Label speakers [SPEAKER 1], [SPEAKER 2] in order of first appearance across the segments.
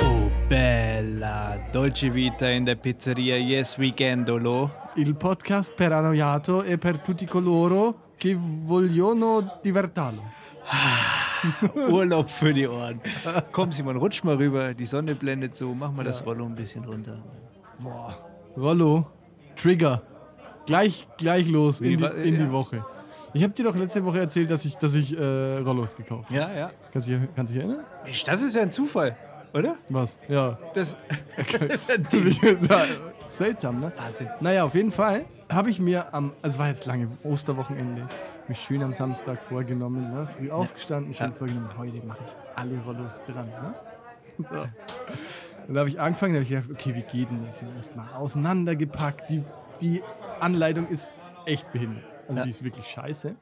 [SPEAKER 1] Oh bella dolce vita in the pizzeria Yes Weekendolo.
[SPEAKER 2] Il podcast per annoiato e per tutti coloro che vogliono divertarlo.
[SPEAKER 1] Urlaub für die Ohren. Komm Simon, rutsch mal rüber. Die Sonne blendet so. Mach mal das Rollo ein bisschen runter.
[SPEAKER 2] Rollo, Trigger. Gleich, gleich los
[SPEAKER 1] Wie
[SPEAKER 2] in die,
[SPEAKER 1] wa-
[SPEAKER 2] in
[SPEAKER 1] ja.
[SPEAKER 2] die Woche. Ich habe dir doch letzte Woche erzählt, dass ich, dass ich äh, Rollos gekauft habe.
[SPEAKER 1] Ja, ja.
[SPEAKER 2] Kannst du dich, kannst du dich erinnern?
[SPEAKER 1] Mensch, das ist ja ein Zufall, oder?
[SPEAKER 2] Was? Ja.
[SPEAKER 1] Das, das ist ein Ding.
[SPEAKER 2] Ja, Seltsam, ne?
[SPEAKER 1] Wahnsinn.
[SPEAKER 2] Naja, auf jeden Fall habe ich mir am, also es war jetzt lange Osterwochenende, mich schön am Samstag vorgenommen, ne? früh aufgestanden, schön vorgenommen, heute mache ich alle Rollos dran. Ne? So. Und da habe ich angefangen, da habe ich gedacht, okay, wie geht denn das? denn? Erstmal auseinandergepackt, die, die Anleitung ist echt behindert. Also
[SPEAKER 1] Ja.
[SPEAKER 2] die ist wirklich scheiße.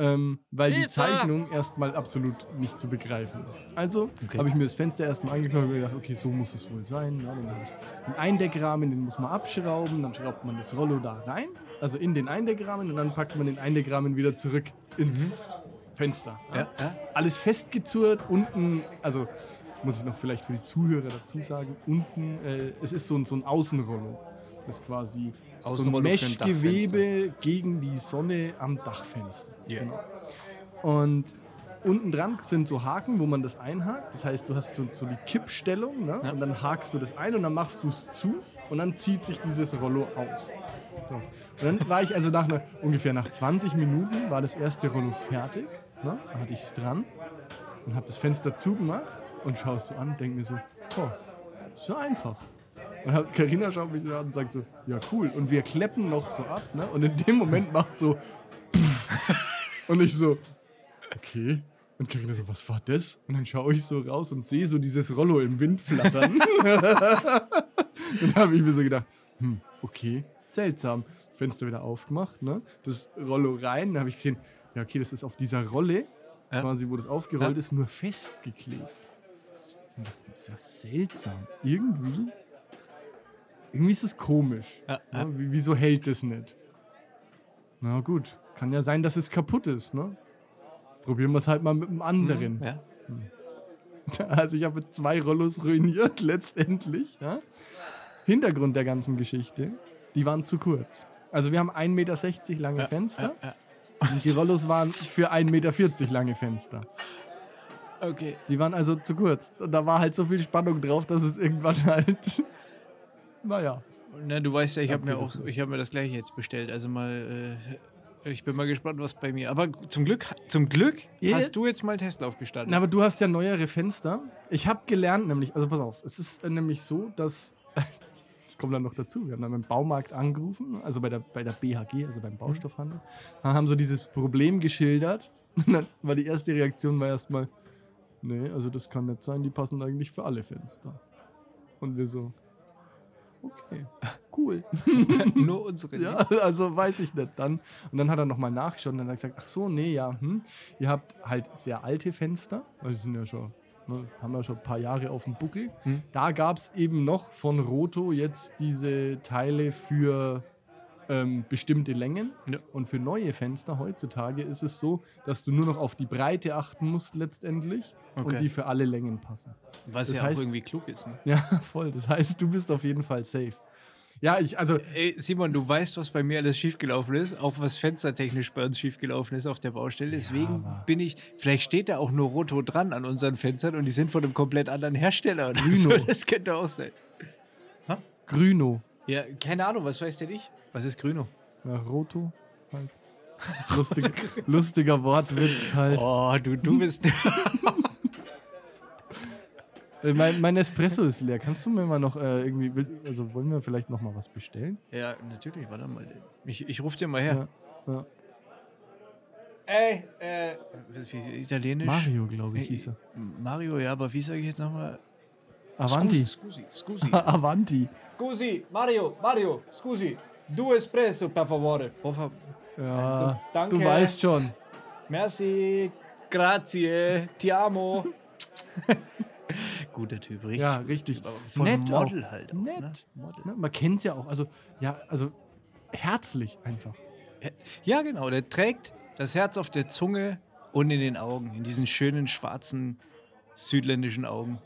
[SPEAKER 2] Ähm, weil die Zeichnung erstmal absolut nicht zu begreifen ist. Also
[SPEAKER 1] Okay.
[SPEAKER 2] habe ich mir das Fenster erstmal angeguckt und mir gedacht, okay, so muss es wohl sein. Ja, dann habe ich einen Eindeckrahmen, den muss man abschrauben, dann schraubt man das Rollo da rein, also in den Eindeckrahmen und dann packt man den Eindeckrahmen wieder zurück ins Fenster. ja.
[SPEAKER 1] Mhm. Ja, ja.
[SPEAKER 2] Alles festgezurrt, unten, also muss ich noch vielleicht für die Zuhörer dazu sagen, unten, äh, es ist so, ein- so ein Außenrollo. Das ist quasi so ein
[SPEAKER 1] Außenrollo für ein
[SPEAKER 2] Meshgewebe gegen die Sonne am Dachfenster.
[SPEAKER 1] Ja.
[SPEAKER 2] Und unten dran sind so Haken, wo man das einhakt. Das heißt, du hast so, so die Kippstellung ne?
[SPEAKER 1] Ja.
[SPEAKER 2] und dann hakst du das ein und dann machst du es zu und dann zieht sich dieses Rollo aus. So. Und dann war ich also nach einer, ungefähr nach 20 Minuten war das erste Rollo fertig. Ne? Dann hatte ich es dran und habe das Fenster zugemacht und schaue es so an und denke mir so, oh, ist ja einfach. Und hat Carina schaut mich so an und sagt so, ja cool. Und wir kleppen noch so ab, ne? Und in dem Moment macht so, pff. und ich so, okay. Und Carina so, was war das? Und dann schaue ich so raus und sehe so dieses Rollo im Wind flattern. dann habe ich mir so gedacht, hm, okay, seltsam. Fenster wieder aufgemacht, ne? Das Rollo rein, dann habe ich gesehen, ja okay, das ist auf dieser Rolle,
[SPEAKER 1] Ja.
[SPEAKER 2] quasi wo das aufgerollt
[SPEAKER 1] Ja.
[SPEAKER 2] ist, nur festgeklebt. Das ist ja seltsam. Irgendwie. Irgendwie ist es komisch.
[SPEAKER 1] Ja,
[SPEAKER 2] ne? Wie- Wieso hält es nicht? Na gut, kann ja sein, dass es kaputt ist, ne? Probieren wir es halt mal mit dem anderen.
[SPEAKER 1] Mhm. Ja.
[SPEAKER 2] Also ich habe zwei Rollos ruiniert letztendlich. Ja? Hintergrund der ganzen Geschichte, die waren zu kurz. Also wir haben 1,60 Meter lange Fenster
[SPEAKER 1] ja,
[SPEAKER 2] und die Rollos waren für 1,40 Meter lange Fenster.
[SPEAKER 1] Okay.
[SPEAKER 2] Die waren also zu kurz. Und Da war halt so viel Spannung drauf, dass es irgendwann halt... Naja.
[SPEAKER 1] Na, du weißt ja, ich habe mir auch,
[SPEAKER 2] Abgerissen.
[SPEAKER 1] ich habe mir das gleiche jetzt bestellt. Also mal, äh, ich bin mal gespannt, was bei mir. Aber zum Glück, zum Glück
[SPEAKER 2] Ja.
[SPEAKER 1] hast du jetzt mal Testlauf gestanden.
[SPEAKER 2] Na, aber du hast ja neuere Fenster. Ich habe gelernt nämlich, also pass auf, es ist äh, nämlich so, dass... Das kommt dann noch dazu. Wir haben dann beim Baumarkt angerufen, also bei der, bei der BHG, also beim Baustoffhandel. Dann haben so dieses Problem geschildert. Und dann war die erste Reaktion war erstmal, nee, also das kann nicht sein, die passen eigentlich für alle Fenster. Und wir so, okay, cool.
[SPEAKER 1] Nur unsere.
[SPEAKER 2] Ja, also weiß ich nicht. Dann, und dann hat er nochmal nachgeschaut und dann hat er gesagt, ach so, nee, ja, hm, ihr habt halt sehr alte Fenster, also die sind ja schon, ne, haben ja schon ein paar Jahre auf dem Buckel.
[SPEAKER 1] Hm.
[SPEAKER 2] Da gab es eben noch von Roto jetzt diese Teile für ähm, bestimmte Längen.
[SPEAKER 1] Ja.
[SPEAKER 2] Und für neue Fenster heutzutage ist es so, dass du nur noch auf die Breite achten musst letztendlich
[SPEAKER 1] Okay.
[SPEAKER 2] und die für alle Längen passen.
[SPEAKER 1] Was
[SPEAKER 2] Das
[SPEAKER 1] ja
[SPEAKER 2] heißt-
[SPEAKER 1] auch irgendwie klug ist. Ne?
[SPEAKER 2] Ja, voll. Das heißt, du bist auf jeden Fall safe. Ja, ich, also
[SPEAKER 1] Ey, Simon, du weißt, was bei mir alles schiefgelaufen ist, auch was fenstertechnisch bei uns schiefgelaufen ist auf der Baustelle. Deswegen
[SPEAKER 2] aber-
[SPEAKER 1] bin ich, vielleicht steht da auch nur Roto dran an unseren Fenstern und die sind von einem komplett anderen Hersteller. oder
[SPEAKER 2] Grüno.
[SPEAKER 1] So, das könnte auch sein.
[SPEAKER 2] Grüno.
[SPEAKER 1] Ja, keine Ahnung, was weiß denn ich? Was ist Grüno?
[SPEAKER 2] Ja, Roto halt. Lustig, lustiger Wortwitz halt.
[SPEAKER 1] Oh, du, du bist.
[SPEAKER 2] Äh, Mein, mein Espresso ist leer. Kannst du mir mal noch äh, irgendwie, will- also wollen wir vielleicht noch mal was bestellen?
[SPEAKER 1] ja, natürlich, warte mal. Ich, ich ruf dir mal her.
[SPEAKER 2] Ja, ja.
[SPEAKER 1] Ey,
[SPEAKER 3] Eh,
[SPEAKER 1] äh, wie- wie- italienisch?
[SPEAKER 2] Mario, glaube
[SPEAKER 1] Äh,
[SPEAKER 2] ich, hieß er.
[SPEAKER 1] Mario, ja, aber wie sage ich jetzt nochmal?
[SPEAKER 2] Avanti.
[SPEAKER 1] Scusi, scusi. scusi.
[SPEAKER 2] Avanti.
[SPEAKER 3] Scusi, Mario, Mario, scusi, due espresso per favore.
[SPEAKER 1] Por favor.
[SPEAKER 2] Ja,
[SPEAKER 3] Danke.
[SPEAKER 2] du weißt schon.
[SPEAKER 3] Merci,
[SPEAKER 1] Grazie.
[SPEAKER 3] ti amo.
[SPEAKER 1] Guter Typ, richtig.
[SPEAKER 2] Ja, richtig.
[SPEAKER 1] Aber Von
[SPEAKER 2] Nett auch.
[SPEAKER 1] Model halt. Auch,
[SPEAKER 2] Nett.
[SPEAKER 1] Ne? Model.
[SPEAKER 2] Ne? Man kennt es ja auch. Also, ja, also herzlich einfach.
[SPEAKER 1] Ja, genau. Der trägt das Herz auf der Zunge und in den Augen. In diesen schönen, schwarzen, südländischen Augen.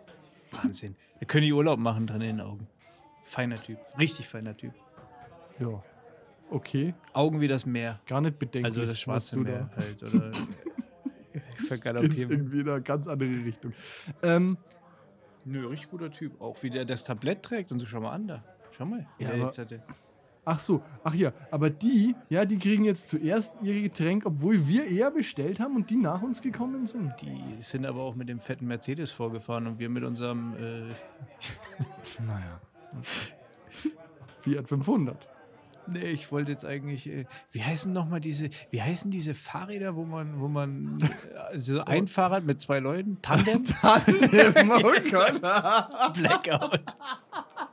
[SPEAKER 1] Wahnsinn. Da können die Urlaub machen dran in den Augen. Feiner Typ. Richtig feiner Typ.
[SPEAKER 2] Ja. Okay,
[SPEAKER 1] Augen wie das Meer.
[SPEAKER 2] gar nicht bedenklich.
[SPEAKER 1] Also das
[SPEAKER 2] was
[SPEAKER 1] schwarze
[SPEAKER 2] du da-
[SPEAKER 1] Meer halt. Oder ich
[SPEAKER 2] Geht's
[SPEAKER 1] vergaloppiere
[SPEAKER 2] irgendwie in eine ganz andere Richtung. Ähm,
[SPEAKER 1] Nö, richtig guter Typ. Auch wie der das Tablett trägt und so, schau mal an da. Schau mal. Der
[SPEAKER 2] Ja, aber-
[SPEAKER 1] jetzt hatte-
[SPEAKER 2] ach so, ach ja, aber die, ja, die kriegen jetzt zuerst ihre Getränke, obwohl wir eher bestellt haben und die nach uns gekommen sind.
[SPEAKER 1] Die sind aber auch mit dem fetten Mercedes vorgefahren und wir mit unserem äh,
[SPEAKER 2] Naja. Fiat 500.
[SPEAKER 1] Nee, ich wollte jetzt eigentlich. Äh, wie heißen nochmal diese. Wie heißen diese Fahrräder, wo man, wo man äh, so
[SPEAKER 2] Oh.
[SPEAKER 1] ein Fahrrad mit zwei Leuten? Tandem?
[SPEAKER 2] Tandem, oh Gott.
[SPEAKER 1] Blackout.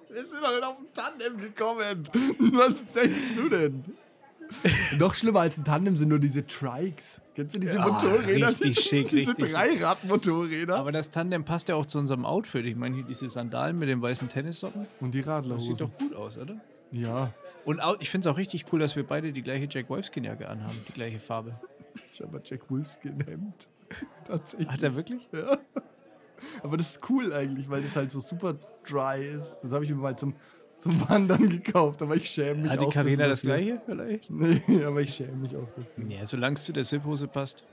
[SPEAKER 2] Wir sind doch nicht auf ein Tandem gekommen. Was denkst du denn? Noch schlimmer als ein Tandem sind nur diese Trikes. Kennst du diese
[SPEAKER 1] Ja,
[SPEAKER 2] Motorräder?
[SPEAKER 1] richtig schick,
[SPEAKER 2] diese
[SPEAKER 1] richtig schick.
[SPEAKER 2] Dreiradmotorräder.
[SPEAKER 1] Aber das Tandem passt ja auch zu unserem Outfit. Ich meine, hier diese Sandalen mit den weißen Tennissocken.
[SPEAKER 2] Und die
[SPEAKER 1] Das sieht
[SPEAKER 2] Radlerhose.
[SPEAKER 1] doch gut aus, oder?
[SPEAKER 2] Ja,
[SPEAKER 1] Und au- ich finde es auch richtig cool, dass wir beide die gleiche Jack Wolfskin-Jacke anhaben. Die gleiche Farbe.
[SPEAKER 2] ich habe Jack Wolfskin Hemd. Tatsächlich.
[SPEAKER 1] Hat er wirklich?
[SPEAKER 2] Aber das ist cool eigentlich, weil das halt so super dry ist. Das habe ich mir mal zum, zum Wandern gekauft, aber ich schäme mich
[SPEAKER 1] Hat
[SPEAKER 2] auch.
[SPEAKER 1] die Karina das
[SPEAKER 2] dafür.
[SPEAKER 1] gleiche vielleicht?
[SPEAKER 2] Nee, aber ich schäme mich auch dafür.
[SPEAKER 1] Ja, solange es zu der Sipphose passt.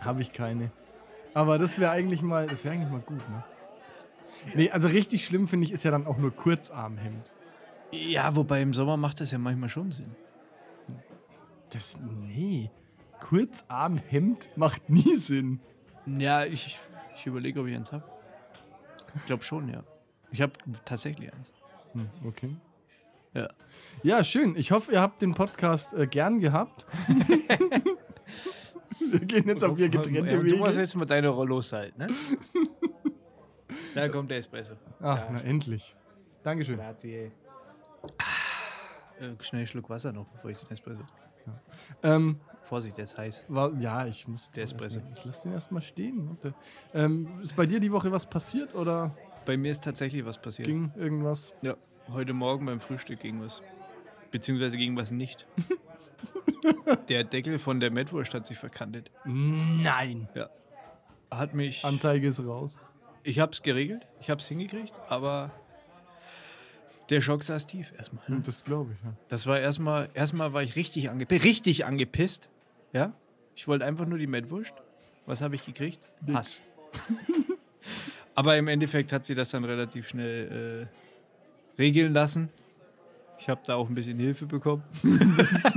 [SPEAKER 2] Habe ich keine. Aber das wäre eigentlich mal, das wäre eigentlich mal gut, ne? Nee, also richtig schlimm finde ich ist ja dann auch nur Kurzarmhemd.
[SPEAKER 1] Ja, wobei im Sommer macht das ja manchmal schon Sinn.
[SPEAKER 2] Das nee, Kurzarmhemd macht nie Sinn.
[SPEAKER 1] Ja, ich, ich überlege, ob ich eins habe. Ich glaube schon, ja. Ich habe tatsächlich eins.
[SPEAKER 2] Hm, okay.
[SPEAKER 1] Ja.
[SPEAKER 2] Ja, schön. Ich hoffe, ihr habt den Podcast äh, gern gehabt. Wir gehen jetzt auf ihr
[SPEAKER 1] Ja,
[SPEAKER 2] getrennte
[SPEAKER 1] und Du machst
[SPEAKER 2] Wege.
[SPEAKER 1] jetzt mal deine Rollos halt, ne? da kommt der Espresso.
[SPEAKER 2] Ach, Ah, na endlich. Dankeschön.
[SPEAKER 3] Grazie.
[SPEAKER 1] Äh, schnell einen Schluck Wasser noch, bevor ich den Espresso.
[SPEAKER 2] Ähm,
[SPEAKER 1] Vorsicht, der ist heiß.
[SPEAKER 2] war, ja, ich muss.
[SPEAKER 1] Der ist besser.
[SPEAKER 2] Ich lass den erstmal stehen. ne? Der- Ähm, ist bei dir die Woche was passiert oder
[SPEAKER 1] Bei mir ist tatsächlich was passiert.
[SPEAKER 2] ging irgendwas?
[SPEAKER 1] Ja, heute Morgen beim Frühstück ging was. Beziehungsweise ging was nicht. der Deckel von der Metwurst hat sich verkantet.
[SPEAKER 2] Nein.
[SPEAKER 1] Hat mich.
[SPEAKER 2] Anzeige ist raus.
[SPEAKER 1] Ich hab's geregelt, ich hab's hingekriegt, aber der Schock saß tief erstmal. ne?
[SPEAKER 2] Das glaube ich. Ja.
[SPEAKER 1] Das war erstmal, erstmal war ich richtig angepisst. Richtig angepisst. Ja? Ich wollte einfach nur die Mettwurst. Was habe ich gekriegt?
[SPEAKER 2] Nix.
[SPEAKER 1] Hass. Aber im Endeffekt hat sie das dann relativ schnell äh, regeln lassen. Ich habe da auch ein bisschen Hilfe bekommen.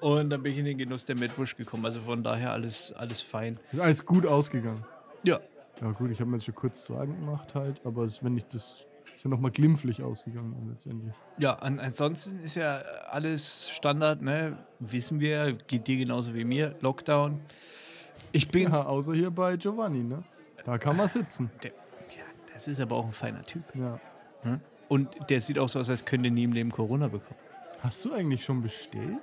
[SPEAKER 1] Und dann bin ich in den Genuss der Mettwurst gekommen. Also von daher alles, alles fein.
[SPEAKER 2] Ist alles gut ausgegangen.
[SPEAKER 1] Ja.
[SPEAKER 2] Ja gut, ich habe mir jetzt schon kurz Sorgen gemacht halt, aber es, wenn nicht, das ist ja nochmal glimpflich ausgegangen dann letztendlich.
[SPEAKER 1] Ja, an, ansonsten ist ja alles Standard, ne? Wissen wir, geht dir genauso wie mir. Lockdown. Ich bin
[SPEAKER 2] Ja, außer hier bei Giovanni, ne? Da kann man sitzen.
[SPEAKER 1] Der, ja, das ist aber auch ein feiner Typ.
[SPEAKER 2] Ja.
[SPEAKER 1] Hm? Und der sieht auch so aus, als könnte nie im Leben Corona bekommen.
[SPEAKER 2] Hast du eigentlich schon bestellt?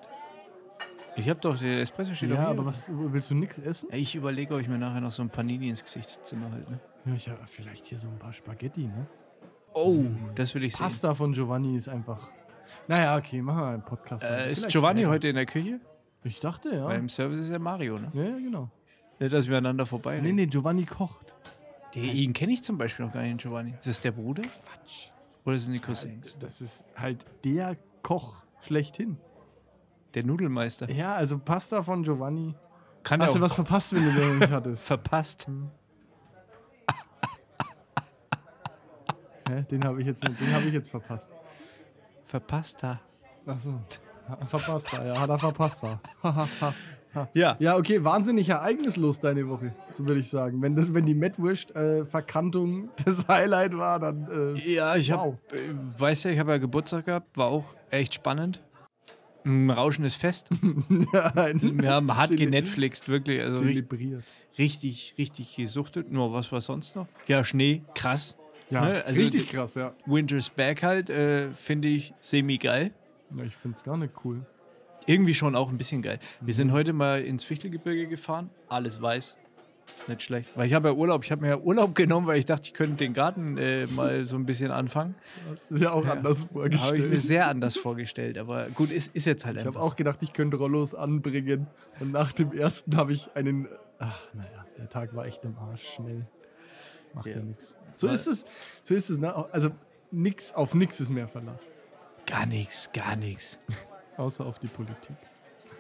[SPEAKER 1] Ich habe doch, der Espresso steht doch
[SPEAKER 2] ja,
[SPEAKER 1] hier.
[SPEAKER 2] aber was willst du nichts essen?
[SPEAKER 1] Ja, Ich überlege, ob ich mir nachher noch so ein Panini ins Gesicht zimmer halte. Ne?
[SPEAKER 2] Ja, ich habe vielleicht hier so ein paar Spaghetti, ne?
[SPEAKER 1] Oh, das will ich sehen.
[SPEAKER 2] Pasta von Giovanni ist einfach. Naja, okay, machen wir einen Podcast.
[SPEAKER 1] Äh, ist
[SPEAKER 2] Vielleicht
[SPEAKER 1] Giovanni
[SPEAKER 2] später.
[SPEAKER 1] heute in der Küche?
[SPEAKER 2] Ich dachte, ja.
[SPEAKER 1] Weil im Service ist ja Mario, ne?
[SPEAKER 2] Ja, ja, genau.
[SPEAKER 1] Nicht, dass wir aneinander vorbei.
[SPEAKER 2] Nee, nee, Giovanni kocht.
[SPEAKER 1] Der, ihn kenne ich zum Beispiel noch gar nicht, den Giovanni. Ist das der Bruder?
[SPEAKER 2] Quatsch.
[SPEAKER 1] Oder sind die Cousins?
[SPEAKER 2] Das ist halt der Koch schlechthin.
[SPEAKER 1] Der Nudelmeister.
[SPEAKER 2] Ja, also Pasta von Giovanni.
[SPEAKER 1] Kann er
[SPEAKER 2] Hast du
[SPEAKER 1] auch
[SPEAKER 2] was verpasst, wenn du den nicht hattest?
[SPEAKER 1] verpasst?
[SPEAKER 2] Hä? Den habe ich, jetzt nicht- den hab ich jetzt verpasst.
[SPEAKER 1] Verpasst da.
[SPEAKER 2] Achso. Verpasst er, ja, hat er verpasst. er.
[SPEAKER 1] Ja.
[SPEAKER 2] ja, okay, wahnsinnig ereignislos deine Woche, so würde ich sagen. Wenn, das, wenn die Metwurst-Verkantung das Highlight war, dann. Äh,
[SPEAKER 1] Ja, ich habe,
[SPEAKER 2] Wow.
[SPEAKER 1] äh, weißt ja, ich habe ja Geburtstag gehabt, war auch echt spannend. Ein rauschendes Fest.
[SPEAKER 2] nein.
[SPEAKER 1] Wir haben hart
[SPEAKER 2] Zele-
[SPEAKER 1] genetflixt, wirklich. Also richtig,
[SPEAKER 2] Zelebriert.
[SPEAKER 1] richtig, richtig gesuchtet. Nur was war sonst noch? Ja, Schnee, krass.
[SPEAKER 2] Ja,
[SPEAKER 1] Ne, also
[SPEAKER 2] richtig
[SPEAKER 1] die-
[SPEAKER 2] krass, ja.
[SPEAKER 1] Winter's Back halt, äh, finde ich semi-geil.
[SPEAKER 2] ja ich finde es gar nicht cool. Mhm.
[SPEAKER 1] Irgendwie schon auch ein bisschen geil. Wir sind heute mal ins Fichtelgebirge gefahren, alles weiß. Nicht schlecht. Weil ich habe ja Urlaub, ich habe mir ja Urlaub genommen, weil ich dachte, ich könnte den Garten äh, mal so ein bisschen anfangen.
[SPEAKER 2] Das ist ja auch anders
[SPEAKER 1] Habe ich
[SPEAKER 2] vorgestellt.
[SPEAKER 1] mir
[SPEAKER 2] Ich,
[SPEAKER 1] sehr anders vorgestellt, aber gut, ist, ist jetzt halt einfach.
[SPEAKER 2] habe auch gedacht, ich könnte Rollos anbringen. Und nach dem ersten habe ich einen. Ach, naja, der Tag war echt im Arsch schnell. Macht ja,
[SPEAKER 1] Ja.
[SPEAKER 2] nix. So
[SPEAKER 1] Weil-
[SPEAKER 2] ist es. So ist es, ne? Also, nix, auf nix ist mehr Verlass.
[SPEAKER 1] so. Gar nichts, gar nichts.
[SPEAKER 2] Außer auf die Politik.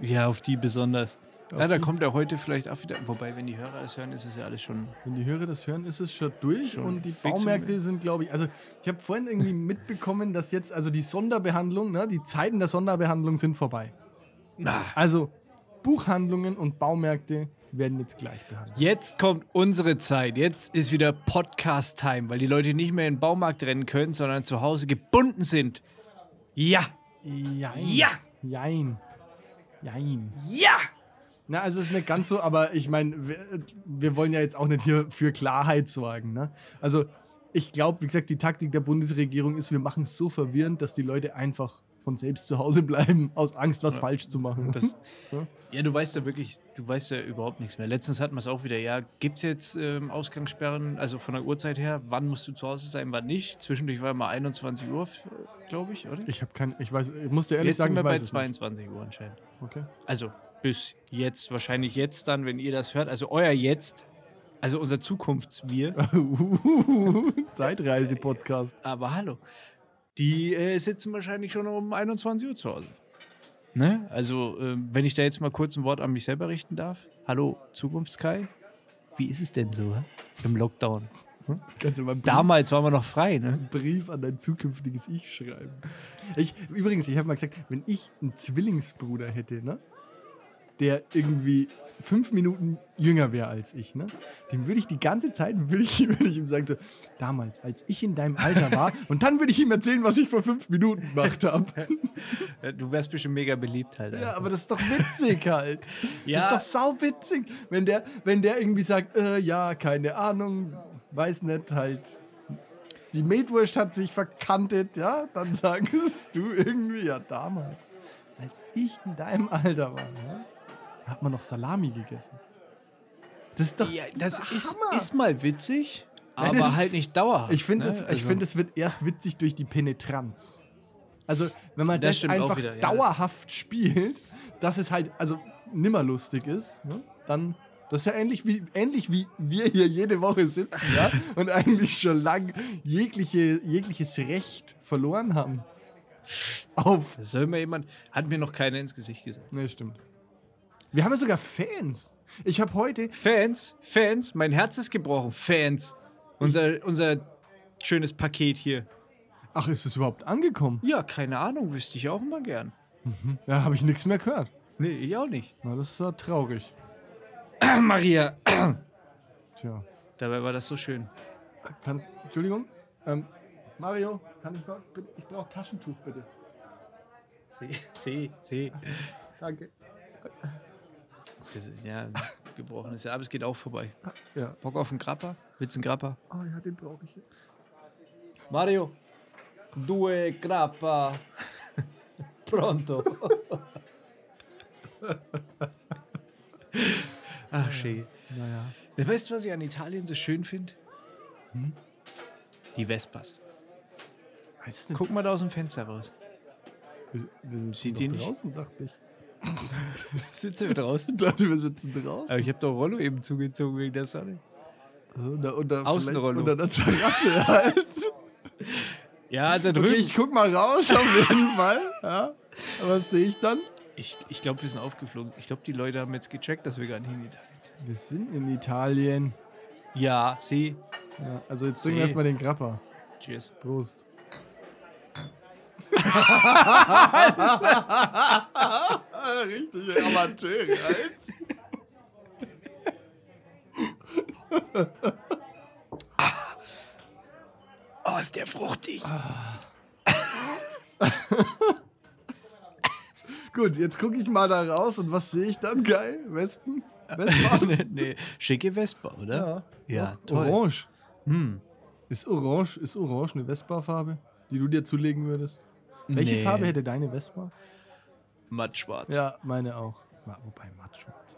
[SPEAKER 1] Ja, auf die besonders.
[SPEAKER 2] Auf
[SPEAKER 1] ja, da
[SPEAKER 2] die-
[SPEAKER 1] kommt er heute vielleicht auch wieder. Wobei, wenn die Hörer das hören, ist es ja alles schon.
[SPEAKER 2] Wenn die Hörer das hören, ist es schon durch
[SPEAKER 1] Schon
[SPEAKER 2] und die
[SPEAKER 1] fix und
[SPEAKER 2] Baumärkte
[SPEAKER 1] wild.
[SPEAKER 2] sind, glaube ich, also ich habe vorhin irgendwie mitbekommen, dass jetzt, also die Sonderbehandlung, ne, die Zeiten der Sonderbehandlung sind vorbei.
[SPEAKER 1] Na,
[SPEAKER 2] Also Buchhandlungen und Baumärkte werden jetzt gleich behandelt.
[SPEAKER 1] jetzt kommt unsere Zeit. Jetzt ist wieder Podcast-Time, weil die Leute nicht mehr in den Baumarkt rennen können, sondern zu Hause gebunden sind. Ja,
[SPEAKER 2] Jein.
[SPEAKER 1] Ja!
[SPEAKER 2] Jein. Jein.
[SPEAKER 1] ja!
[SPEAKER 2] Na, also ist nicht ganz so, aber ich meine, wir, wir wollen ja jetzt auch nicht hier für Klarheit sorgen. Ne? Also ich glaube, wie gesagt, die Taktik der Bundesregierung ist, wir machen es so verwirrend, dass die Leute einfach von selbst zu Hause bleiben, aus Angst, was falsch zu machen.
[SPEAKER 1] Das,
[SPEAKER 2] Ja.
[SPEAKER 1] ja, du weißt ja wirklich, du weißt ja überhaupt nichts mehr. Letztens hatten wir es auch wieder. Ja, gibt es jetzt ähm, Ausgangssperren, also von der Uhrzeit her, wann musst du zu Hause sein, wann nicht? Zwischendurch war mal 21 Uhr, glaube ich, oder?
[SPEAKER 2] Ich habe kein, ich weiß, ich muss dir ehrlich
[SPEAKER 1] Jetzt
[SPEAKER 2] sagen,
[SPEAKER 1] sind wir
[SPEAKER 2] ich
[SPEAKER 1] bei
[SPEAKER 2] weiß es nicht.
[SPEAKER 1] 22 Uhr anscheinend.
[SPEAKER 2] Okay.
[SPEAKER 1] Also bis jetzt, wahrscheinlich jetzt dann, wenn ihr das hört, also euer Jetzt, also unser Zukunftswir.
[SPEAKER 2] Zeitreise-Podcast.
[SPEAKER 1] Aber hallo, die äh, sitzen wahrscheinlich schon um 21 Uhr zu Hause. Ne? Also, ähm, wenn ich da jetzt mal kurz ein Wort an mich selber richten darf. Hallo, Zukunftskai. Wie ist es denn so hä? im Lockdown?
[SPEAKER 2] Kannst du mal einen Brief,
[SPEAKER 1] Damals waren wir noch frei, ne?
[SPEAKER 2] Brief an dein zukünftiges Ich schreiben. Ich, übrigens, ich habe mal gesagt, wenn ich einen Zwillingsbruder hätte, ne, der irgendwie fünf Minuten jünger wäre als ich, ne, dem würde ich die ganze Zeit, würde ich, würde ich ihm sagen, so, damals, als ich in deinem Alter war, und dann würde ich ihm erzählen, was ich vor fünf Minuten gemacht habe.
[SPEAKER 1] Äh, Du wärst bestimmt mega beliebt halt.
[SPEAKER 2] Ja,
[SPEAKER 1] einfach.
[SPEAKER 2] aber das ist doch witzig halt.
[SPEAKER 1] Ja.
[SPEAKER 2] Das ist doch sauwitzig, wenn der, wenn der irgendwie sagt, äh, ja, keine Ahnung, weiß nicht, halt. Die Metwurst hat sich verkantet, ja, dann sagst du irgendwie, ja, damals, als ich in deinem Alter war, ne, hat man noch Salami gegessen. Das ist doch,
[SPEAKER 1] ja, das
[SPEAKER 2] doch
[SPEAKER 1] ist,
[SPEAKER 2] Hammer.
[SPEAKER 1] ist mal witzig,
[SPEAKER 2] Nein, das-
[SPEAKER 1] aber halt nicht dauerhaft.
[SPEAKER 2] Ich finde,
[SPEAKER 1] ne?
[SPEAKER 2] es, ich
[SPEAKER 1] Also-
[SPEAKER 2] finde, es wird erst witzig durch die Penetranz. Also, wenn man
[SPEAKER 1] Das
[SPEAKER 2] das,
[SPEAKER 1] stimmt auch
[SPEAKER 2] einfach
[SPEAKER 1] wieder, ja, das-
[SPEAKER 2] dauerhaft spielt, dass es halt, also nimmer lustig ist, ne? dann, das ist ja ähnlich wie, ähnlich wie wir hier jede Woche sitzen, ja, und eigentlich schon lang jegliche, jegliches Recht verloren haben. Auf.
[SPEAKER 1] Das Soll mir jemand, hat mir noch keiner ins Gesicht gesagt.
[SPEAKER 2] Ne, stimmt. Wir haben ja sogar Fans. Ich habe heute,
[SPEAKER 1] Fans, Fans, mein Herz ist gebrochen. Fans, unser, unser schönes Paket hier.
[SPEAKER 2] ach, ist es überhaupt angekommen?
[SPEAKER 1] Ja, keine Ahnung, wüsste ich auch immer gern.
[SPEAKER 2] Da habe ich nichts mehr gehört.
[SPEAKER 1] Nee, ich auch nicht.
[SPEAKER 2] Na, das ist ja traurig.
[SPEAKER 1] Maria.
[SPEAKER 2] Tja.
[SPEAKER 1] Dabei war das so schön.
[SPEAKER 2] Kannst, Entschuldigung. Ähm, Mario, kann ich mal, bitte, ich brauche Taschentuch, bitte.
[SPEAKER 1] Seh, seh, seh.
[SPEAKER 2] Danke.
[SPEAKER 1] Das ist, ja, gebrochen ist ja, aber es geht auch vorbei.
[SPEAKER 2] Ja.
[SPEAKER 1] Bock auf einen Grappa? Willst du einen Grappa?
[SPEAKER 2] Oh ja, den brauche ich jetzt.
[SPEAKER 3] Mario, due grappa. Pronto.
[SPEAKER 1] Ach, Ah, schön.
[SPEAKER 2] Naja.
[SPEAKER 1] Ja, Weißt du, was ich an Italien so schön finde? Hm? Die Vespas.
[SPEAKER 2] Heißt denn,
[SPEAKER 1] Guck mal da aus dem Fenster raus.
[SPEAKER 2] wir, wir sitzen
[SPEAKER 1] Sieht
[SPEAKER 2] doch
[SPEAKER 1] die nicht?
[SPEAKER 2] draußen, dachte ich.
[SPEAKER 1] Sitzen wir draußen?
[SPEAKER 2] Ich dachte, wir sitzen draußen.
[SPEAKER 1] Aber ich habe doch Rollo eben zugezogen wegen der Sonne.
[SPEAKER 2] Also unter, unter,
[SPEAKER 1] Außenrollo.
[SPEAKER 2] vielleicht Unter der Terrasse halt.
[SPEAKER 1] Ja, da drüben.
[SPEAKER 2] Okay, ich guck mal raus, auf jeden Fall. Ja. Aber was sehe ich dann?
[SPEAKER 1] Ich, ich glaube, wir sind aufgeflogen. Ich glaube, die Leute haben jetzt gecheckt, dass wir gar nicht in Italien sind.
[SPEAKER 2] Wir sind in Italien.
[SPEAKER 1] Ja, sie.
[SPEAKER 2] Ja, also jetzt
[SPEAKER 1] trinken wir erst mal
[SPEAKER 2] den Grappa.
[SPEAKER 1] Cheers.
[SPEAKER 2] Prost. Richtig Amateur, Alter.
[SPEAKER 1] Oh, ist der fruchtig.
[SPEAKER 2] Gut, jetzt gucke ich mal da raus und was sehe ich dann? Geil, Wespen? Wespen
[SPEAKER 1] nee, schicke Vespa, oder? Ja, toll.
[SPEAKER 2] Orange.
[SPEAKER 1] Hm.
[SPEAKER 2] Ist orange, ist orange eine Vespa-Farbe, die du dir zulegen würdest? Welche
[SPEAKER 1] Nee.
[SPEAKER 2] Farbe hätte deine Vespa?
[SPEAKER 1] Mattschwarz.
[SPEAKER 2] Ja, meine auch. Ma- Wobei, matt schwarz.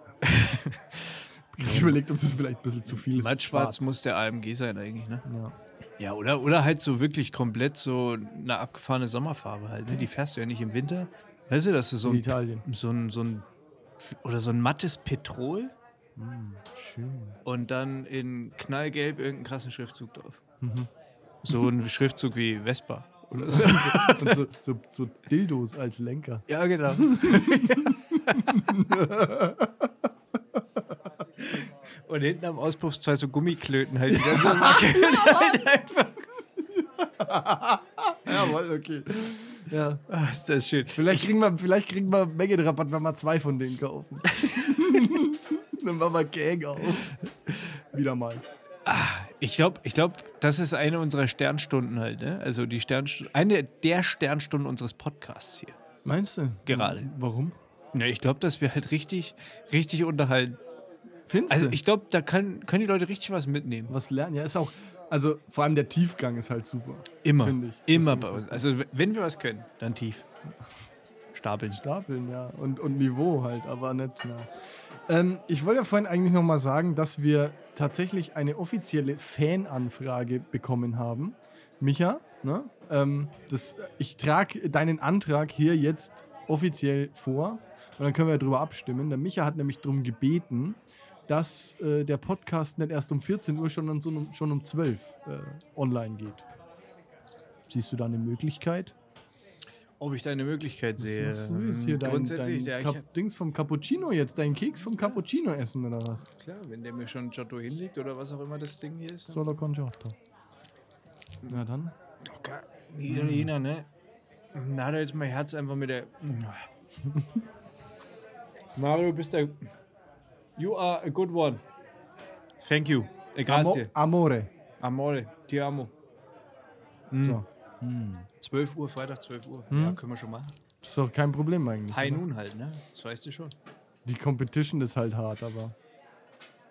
[SPEAKER 2] Ich überlegt, ob das vielleicht ein bisschen zu viel ist.
[SPEAKER 1] Mattschwarz muss der AMG sein eigentlich, ne?
[SPEAKER 2] Ja.
[SPEAKER 1] Ja, oder, oder halt so wirklich komplett so eine abgefahrene Sommerfarbe halt. Ne? Die fährst du ja nicht im Winter. Weißt du, dass du so
[SPEAKER 2] In
[SPEAKER 1] ein,
[SPEAKER 2] Italien.
[SPEAKER 1] so ein, so ein oder so ein mattes Petrol
[SPEAKER 2] Schön.
[SPEAKER 1] und dann in knallgelb irgendeinen krassen Schriftzug drauf.
[SPEAKER 2] Mhm.
[SPEAKER 1] So ein Schriftzug wie Vespa oder so.
[SPEAKER 2] Und so, so, so Dildos als Lenker.
[SPEAKER 1] ja, genau. und hinten am Auspuff zwei so Gummiklöten halt. Die dann so
[SPEAKER 2] Jawohl, okay. Ja.
[SPEAKER 1] Ah, ist das schön.
[SPEAKER 2] Vielleicht kriegen, wir, vielleicht kriegen wir Menge Rabatt, wenn wir zwei von denen kaufen. Dann machen wir Gang auf. Wieder mal.
[SPEAKER 1] Ich glaube, ich glaub, das ist eine unserer Sternstunden halt, ne? Also die Sternstunde, eine der Sternstunden unseres Podcasts hier.
[SPEAKER 2] Meinst du?
[SPEAKER 1] Gerade.
[SPEAKER 2] Warum?
[SPEAKER 1] Ja, ich glaube, dass wir halt richtig, richtig unterhalten.
[SPEAKER 2] Findest
[SPEAKER 1] Also
[SPEAKER 2] du?
[SPEAKER 1] ich glaube, da können, können die Leute richtig was mitnehmen.
[SPEAKER 2] Was lernen? Ja, ist auch. Also vor allem der Tiefgang ist halt super.
[SPEAKER 1] Immer.
[SPEAKER 2] Finde ich.
[SPEAKER 1] Immer
[SPEAKER 2] Das
[SPEAKER 1] bei
[SPEAKER 2] find ich
[SPEAKER 1] uns. Also w- wenn wir was können, dann tief. Stapeln.
[SPEAKER 2] Stapeln, ja. Und, und Niveau halt, aber nicht. Ja. Ähm, ich wollte ja vorhin eigentlich nochmal sagen, dass wir tatsächlich eine offizielle Fananfrage bekommen haben. Micha, ne? ähm, das, ich trage deinen Antrag hier jetzt offiziell vor und dann können wir darüber abstimmen. Der Micha hat nämlich darum gebeten, dass äh, der Podcast nicht erst um 14 Uhr, sondern so um, schon um 12 äh, online geht. Siehst du da eine Möglichkeit?
[SPEAKER 1] Ob ich da eine Möglichkeit sehe.
[SPEAKER 2] Was ist hier
[SPEAKER 1] ähm,
[SPEAKER 2] dein,
[SPEAKER 1] Grundsätzlich,
[SPEAKER 2] dein
[SPEAKER 1] ja, ich,
[SPEAKER 2] Kap- Dings vom Cappuccino jetzt, deinen Keks vom Cappuccino essen oder was?
[SPEAKER 1] klar, wenn der mir schon Giotto hinlegt oder was auch immer das Ding hier ist.
[SPEAKER 2] Solo con Giotto. Na dann.
[SPEAKER 1] Okay. Die Italiener, ne? Na, da jetzt mein Herz einfach mit der.
[SPEAKER 3] Mario, bist der. You are a good one.
[SPEAKER 1] Thank you.
[SPEAKER 2] Amo,
[SPEAKER 1] Grazie.
[SPEAKER 2] Amore.
[SPEAKER 3] Amore, ti amo.
[SPEAKER 2] So.
[SPEAKER 1] 12 Uhr, Freitag 12 Uhr. Ja, können wir schon machen.
[SPEAKER 2] Ist doch kein Problem eigentlich.
[SPEAKER 1] High
[SPEAKER 2] oder?
[SPEAKER 1] Noon halt, ne? Das weißt du schon.
[SPEAKER 2] Die Competition ist halt hart, aber.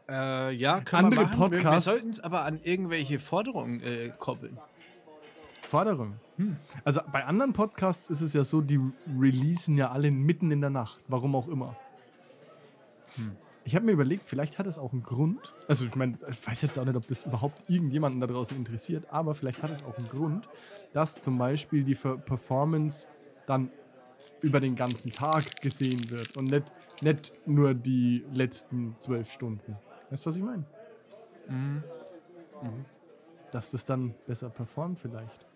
[SPEAKER 1] Äh, ja, können
[SPEAKER 2] Andere
[SPEAKER 1] wir machen. Wir-
[SPEAKER 2] Podcasts-
[SPEAKER 1] Wir sollten es aber an irgendwelche Forderungen äh, koppeln.
[SPEAKER 2] Forderung.
[SPEAKER 1] Hm.
[SPEAKER 2] Also bei anderen Podcasts ist es ja so, die releasen ja alle mitten in der Nacht, warum auch immer. Ich habe mir überlegt, vielleicht hat es auch einen Grund. Also ich meine, ich weiß jetzt auch nicht, ob das überhaupt irgendjemanden da draußen interessiert, aber vielleicht hat es auch einen Grund, dass zum Beispiel die Ver- Performance dann über den ganzen Tag gesehen wird und nicht, nicht nur die letzten zwölf Stunden. Weißt du, was ich meine?
[SPEAKER 1] Mhm.
[SPEAKER 2] Mhm. Dass das dann besser performt vielleicht.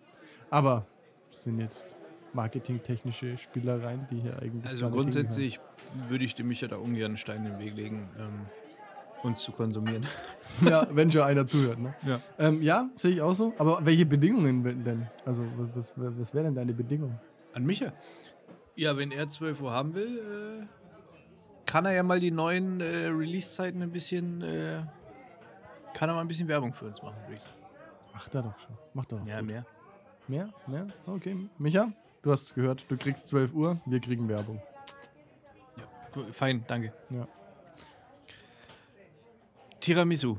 [SPEAKER 2] Aber das sind jetzt marketingtechnische Spielereien, die hier eigentlich.
[SPEAKER 1] Also
[SPEAKER 2] gar nicht
[SPEAKER 1] grundsätzlich würde ich dem Micha da ungern einen Stein in den Weg legen, ähm, uns zu konsumieren.
[SPEAKER 2] Ja, wenn schon einer zuhört, ne?
[SPEAKER 1] Ja.
[SPEAKER 2] Ähm, ja, sehe ich auch so. Aber welche Bedingungen wär- denn? Also, wa- was, wa- was wäre denn deine Bedingung?
[SPEAKER 1] An Micha? Ja, wenn er 12 Uhr haben will, äh, kann er ja mal die neuen äh, Release-Zeiten ein bisschen. Äh, kann er mal ein bisschen Werbung für uns machen, würde ich sagen.
[SPEAKER 2] Macht er doch schon. Macht er doch.
[SPEAKER 1] Ja,
[SPEAKER 2] gut.
[SPEAKER 1] mehr.
[SPEAKER 2] Mehr? Mehr? Okay. Micha, du hast es gehört. Du kriegst 12 Uhr, wir kriegen Werbung.
[SPEAKER 1] Gu- Fein, danke.
[SPEAKER 2] Ja.
[SPEAKER 1] Tiramisu.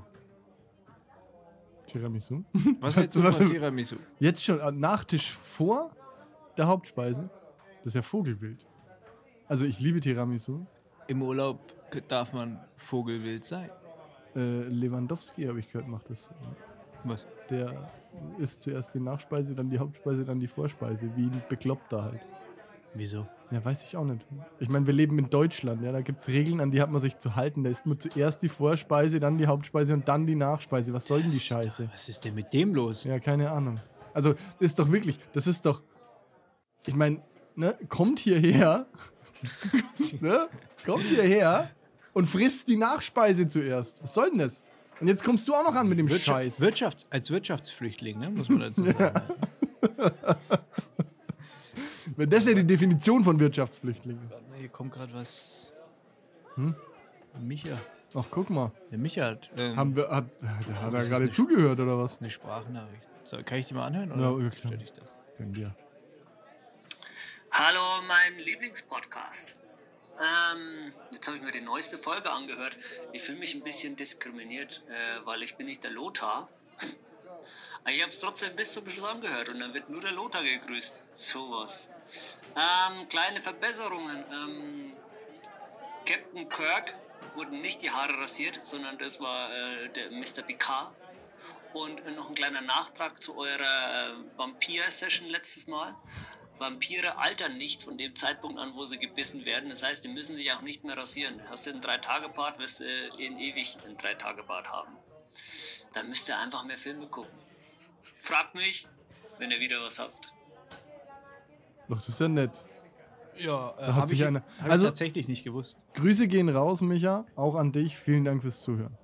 [SPEAKER 2] Tiramisu.
[SPEAKER 1] Was hältst du
[SPEAKER 2] Was-
[SPEAKER 1] von Tiramisu?
[SPEAKER 2] Jetzt schon äh, Nachtisch vor der Hauptspeise? Das ist ja Vogelwild. Also, ich liebe Tiramisu.
[SPEAKER 1] Im Urlaub k- darf man Vogelwild sein.
[SPEAKER 2] Äh, Lewandowski, habe ich gehört, macht das.
[SPEAKER 1] Was?
[SPEAKER 2] Der isst zuerst die Nachspeise, dann die Hauptspeise, dann die Vorspeise. Wie ein Bekloppter halt.
[SPEAKER 1] Wieso?
[SPEAKER 2] Ja, weiß ich auch nicht. Ich meine, wir leben in Deutschland, ja, da gibt es Regeln, an die hat man sich zu halten. Da isst man zuerst die Vorspeise, dann die Hauptspeise und dann die Nachspeise. Was soll denn die Scheiße?
[SPEAKER 1] Was ist denn mit dem los?
[SPEAKER 2] Ja, keine Ahnung. Also, ist doch wirklich, das ist doch. Ich meine, ne, kommt hierher. ne? Kommt hierher und frisst die Nachspeise zuerst. Was soll denn das? Und jetzt kommst du auch noch an mit dem
[SPEAKER 1] Wirtscha-
[SPEAKER 2] Scheiß.
[SPEAKER 1] Wirtschafts als Wirtschaftsflüchtling, ne, muss man dazu sagen.
[SPEAKER 2] Wenn das ja die Definition von Wirtschaftsflüchtlingen ist.
[SPEAKER 1] Warte mal, Hier kommt gerade was.
[SPEAKER 2] Hm?
[SPEAKER 1] Micha.
[SPEAKER 2] Ach, guck mal.
[SPEAKER 1] Der Micha hat, ähm,
[SPEAKER 2] Haben wir, hat, hat er
[SPEAKER 1] ist
[SPEAKER 2] gerade
[SPEAKER 1] nicht-
[SPEAKER 2] zugehört oder was?
[SPEAKER 1] eine Sprachnachricht. So, kann ich die mal anhören?
[SPEAKER 2] Ja,
[SPEAKER 1] Oder
[SPEAKER 2] ja, klar.
[SPEAKER 1] stell ich das?
[SPEAKER 2] Können wir.
[SPEAKER 4] Hallo, mein Lieblingspodcast. Ähm, jetzt habe ich mir die neueste Folge angehört. Ich fühle mich ein bisschen diskriminiert, äh, weil ich bin nicht der Lothar. Aber ich habe es trotzdem bis zum Schluss angehört und dann wird nur der Lothar gegrüßt. Sowas. Ähm, kleine Verbesserungen. Ähm, Captain Kirk wurden nicht die Haare rasiert, sondern das war äh, der Mr. Picard. Und äh, noch ein kleiner Nachtrag zu eurer äh, Vampir-Session letztes Mal. Vampire altern nicht von dem Zeitpunkt an, wo sie gebissen werden. Das heißt, die müssen sich auch nicht mehr rasieren. Hast du einen Drei-Tage-Bart, wirst du äh, in ewig einen Drei-Tage-Bart haben. Dann müsst ihr einfach mehr Filme gucken. Fragt mich, wenn ihr wieder was habt.
[SPEAKER 2] Doch, das ist ja nett.
[SPEAKER 1] Ja, äh,
[SPEAKER 2] hat
[SPEAKER 1] habe
[SPEAKER 2] sich
[SPEAKER 1] ich,
[SPEAKER 2] einer-
[SPEAKER 1] hab
[SPEAKER 2] also-
[SPEAKER 1] ich tatsächlich nicht gewusst.
[SPEAKER 2] Grüße gehen raus, Micha. Auch an dich. Vielen Dank fürs Zuhören.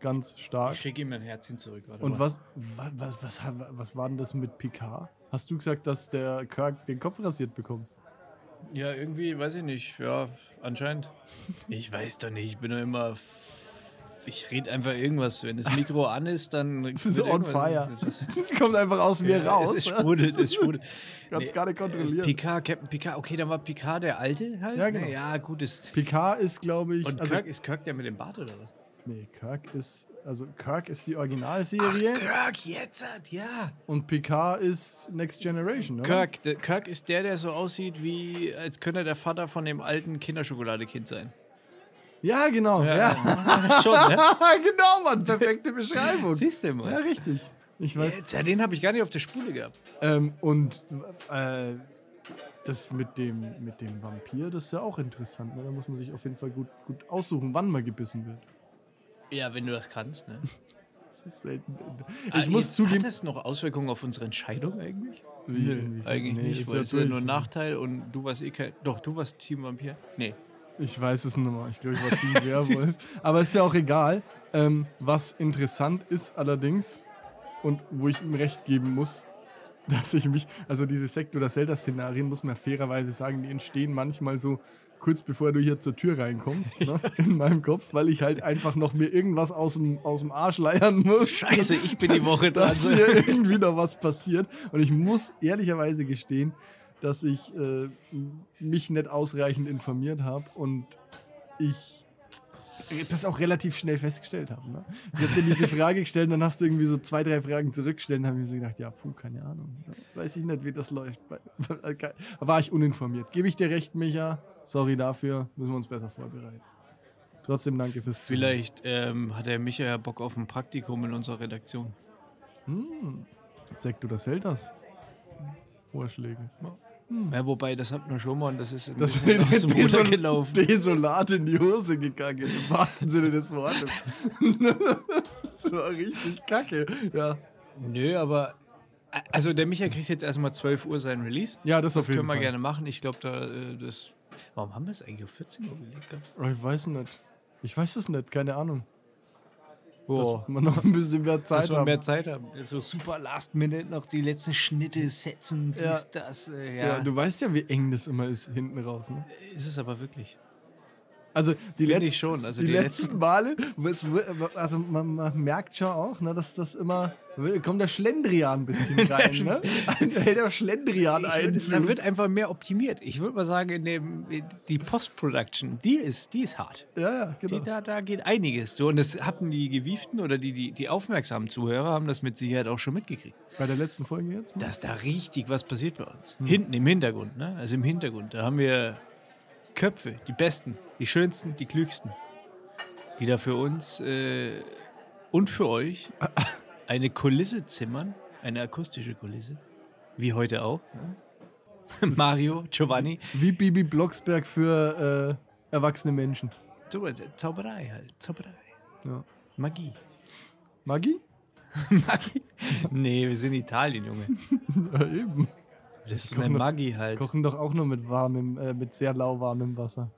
[SPEAKER 2] Ganz stark.
[SPEAKER 1] Ich schicke ihm mein Herzchen zurück. Warte
[SPEAKER 2] Und
[SPEAKER 1] mal.
[SPEAKER 2] was, was, was, was, ha- was war denn das mit Picard? Hast du gesagt, dass der Kirk den Kopf rasiert bekommt?
[SPEAKER 1] Ja, irgendwie, weiß ich nicht. Ja, anscheinend. Ich weiß doch nicht. Ich bin doch immer. f- Ich rede einfach irgendwas. Wenn das Mikro an ist, dann. wird
[SPEAKER 2] So on
[SPEAKER 1] irgendwas-
[SPEAKER 2] fire.
[SPEAKER 1] Das ist-
[SPEAKER 2] Kommt einfach aus mir
[SPEAKER 1] Ja,
[SPEAKER 2] raus.
[SPEAKER 1] Es, es sprudelt, es sprudelt. äh,
[SPEAKER 2] Kannst gar nicht kontrollieren.
[SPEAKER 1] Picard, Captain Picard. Okay, dann war Picard der Alte halt.
[SPEAKER 2] Ja, genau.
[SPEAKER 1] Ne, ja gut. Ist,
[SPEAKER 2] Picard ist, glaube ich.
[SPEAKER 1] und
[SPEAKER 2] also,
[SPEAKER 1] Kirk, ist Kirk der mit dem Bart oder was?
[SPEAKER 2] Nee, Kirk ist. Also, Kirk ist die Originalserie
[SPEAKER 1] Kirk, jetzt hat, ja.
[SPEAKER 2] und Picard ist Next Generation, oder?
[SPEAKER 1] Kirk, der, Kirk ist der, der so aussieht, wie als könnte er der Vater von dem alten Kinderschokoladekind sein.
[SPEAKER 2] Ja, genau. Ja,
[SPEAKER 1] Schon, ne?
[SPEAKER 2] genau, Mann. Perfekte Beschreibung.
[SPEAKER 1] Siehst du
[SPEAKER 2] ja,
[SPEAKER 1] mal.
[SPEAKER 2] richtig. Ich weiß.
[SPEAKER 1] Jetzt, ja, den habe ich gar nicht auf der Spule gehabt.
[SPEAKER 2] Ähm, und äh, das mit dem, mit dem Vampir, das ist ja auch interessant. Ne? Da muss man sich auf jeden Fall gut, gut aussuchen, wann man gebissen wird.
[SPEAKER 1] Ja, wenn du das kannst, ne?
[SPEAKER 2] Das ist selten.
[SPEAKER 1] Ah,
[SPEAKER 2] Ich muss
[SPEAKER 1] jetzt-
[SPEAKER 2] zugeben.
[SPEAKER 1] Hat das noch Auswirkungen auf unsere Entscheidung eigentlich?
[SPEAKER 2] Wie,
[SPEAKER 1] Nö,
[SPEAKER 2] inwiefern?
[SPEAKER 1] eigentlich
[SPEAKER 2] Nee,
[SPEAKER 1] nicht,
[SPEAKER 2] ist
[SPEAKER 1] weil
[SPEAKER 2] ja
[SPEAKER 1] es ist ja
[SPEAKER 2] durch.
[SPEAKER 1] nur ein Nachteil und du warst eh kein. Doch, du warst Team Vampir? Nee.
[SPEAKER 2] Ich weiß es nicht mehr. Ich glaube, ich war Team Werwolf. Aber ist ja auch egal. Ähm, was interessant ist allerdings und wo ich ihm recht geben muss, dass ich mich, also diese Sekt- oder Zelda-Szenarien, muss man fairerweise sagen, die entstehen manchmal so kurz bevor du hier zur Tür reinkommst, ne, in meinem Kopf, weil ich halt einfach noch mir irgendwas aus dem, aus dem Arsch leiern muss.
[SPEAKER 1] Scheiße, Also, ich bin die Woche dran.
[SPEAKER 2] dass hier irgendwie noch was passiert. Und ich muss ehrlicherweise gestehen, dass ich äh, m- mich nicht ausreichend informiert habe und ich das auch relativ schnell festgestellt habe. Ne? Ich habe dir diese Frage gestellt und dann hast du irgendwie so zwei, drei Fragen zurückgestellt und habe ich mir so gedacht, ja, puh, keine Ahnung. ne? Weiß ich nicht, wie das läuft. War ich uninformiert. Gebe ich dir recht, Micha. Sorry dafür. Müssen wir uns besser vorbereiten. Trotzdem danke fürs Zuhören.
[SPEAKER 1] Vielleicht ähm, hat der Micha ja Bock auf ein Praktikum in unserer Redaktion.
[SPEAKER 2] Hm. Sekt oder Selters? Vorschläge.
[SPEAKER 1] Ja, wobei, das hatten wir schon mal und das ist ein
[SPEAKER 2] Hm. Das
[SPEAKER 1] bisschen aus
[SPEAKER 2] ist
[SPEAKER 1] dem Ruder gelaufen.
[SPEAKER 2] desolat in die Hose gegangen, im wahrsten Sinne des Wortes. das war richtig kacke. Ja,
[SPEAKER 1] Nö, aber. Also der Micha kriegt jetzt erstmal 12 Uhr seinen Release.
[SPEAKER 2] ja das,
[SPEAKER 1] Das
[SPEAKER 2] auf jeden
[SPEAKER 1] können wir
[SPEAKER 2] Fall.
[SPEAKER 1] gerne machen. Ich glaube, da äh, das. Warum haben wir es eigentlich auf 14 Uhr gelegt? gehabt?
[SPEAKER 2] Oh, Ich weiß nicht. Ich weiß es nicht, keine Ahnung.
[SPEAKER 1] Boah.
[SPEAKER 2] Dass wir noch ein bisschen mehr Zeit
[SPEAKER 1] dass wir
[SPEAKER 2] haben.
[SPEAKER 1] mehr Zeit haben. So super Last Minute noch die letzten Schnitte setzen, dies,
[SPEAKER 2] Ja.
[SPEAKER 1] das. Äh,
[SPEAKER 2] ja.
[SPEAKER 1] ja,
[SPEAKER 2] du weißt ja, wie eng das immer ist hinten raus. Ne?
[SPEAKER 1] ist es aber wirklich.
[SPEAKER 2] Also die,
[SPEAKER 1] Finde
[SPEAKER 2] letzten,
[SPEAKER 1] ich schon. Also
[SPEAKER 2] die,
[SPEAKER 1] die,
[SPEAKER 2] letzten Male, es wu- also man, man merkt schon auch, ne, dass das immer, kommt der Schlendrian ein bisschen rein. ne? Da hält der Schlendrian
[SPEAKER 1] Ich
[SPEAKER 2] ein.
[SPEAKER 1] würd, da wird einfach mehr optimiert. Ich würde mal sagen, in dem, in- die Post-Production, die ist, die ist hart.
[SPEAKER 2] ja, ja, genau.
[SPEAKER 1] Die, da, da geht einiges. So, und das hatten die Gewieften oder die, die, die aufmerksamen Zuhörer haben das mit Sicherheit auch schon mitgekriegt.
[SPEAKER 2] Bei der letzten Folge jetzt? ne?
[SPEAKER 1] dass da richtig was passiert bei uns. Hinten im Hintergrund, ne? Also im Hintergrund, da haben wir Köpfe, die besten, die schönsten, die klügsten, die da für uns äh, und für euch eine Kulisse zimmern, eine akustische Kulisse, wie heute auch. Ne? Mario, Giovanni,
[SPEAKER 2] Wie Bibi Blocksberg für äh, erwachsene Menschen.
[SPEAKER 1] so, äh, Zauberei halt, Zauberei,
[SPEAKER 2] Ja.
[SPEAKER 1] Magie.
[SPEAKER 2] Maggi?
[SPEAKER 1] Magie? Nee, wir sind Italien, Junge.
[SPEAKER 2] Ja, eben.
[SPEAKER 1] Das ist
[SPEAKER 2] koch
[SPEAKER 1] eine
[SPEAKER 2] noch-
[SPEAKER 1] Magie halt.
[SPEAKER 2] Kochen doch auch nur mit warmem, äh, mit sehr lauwarmem Wasser.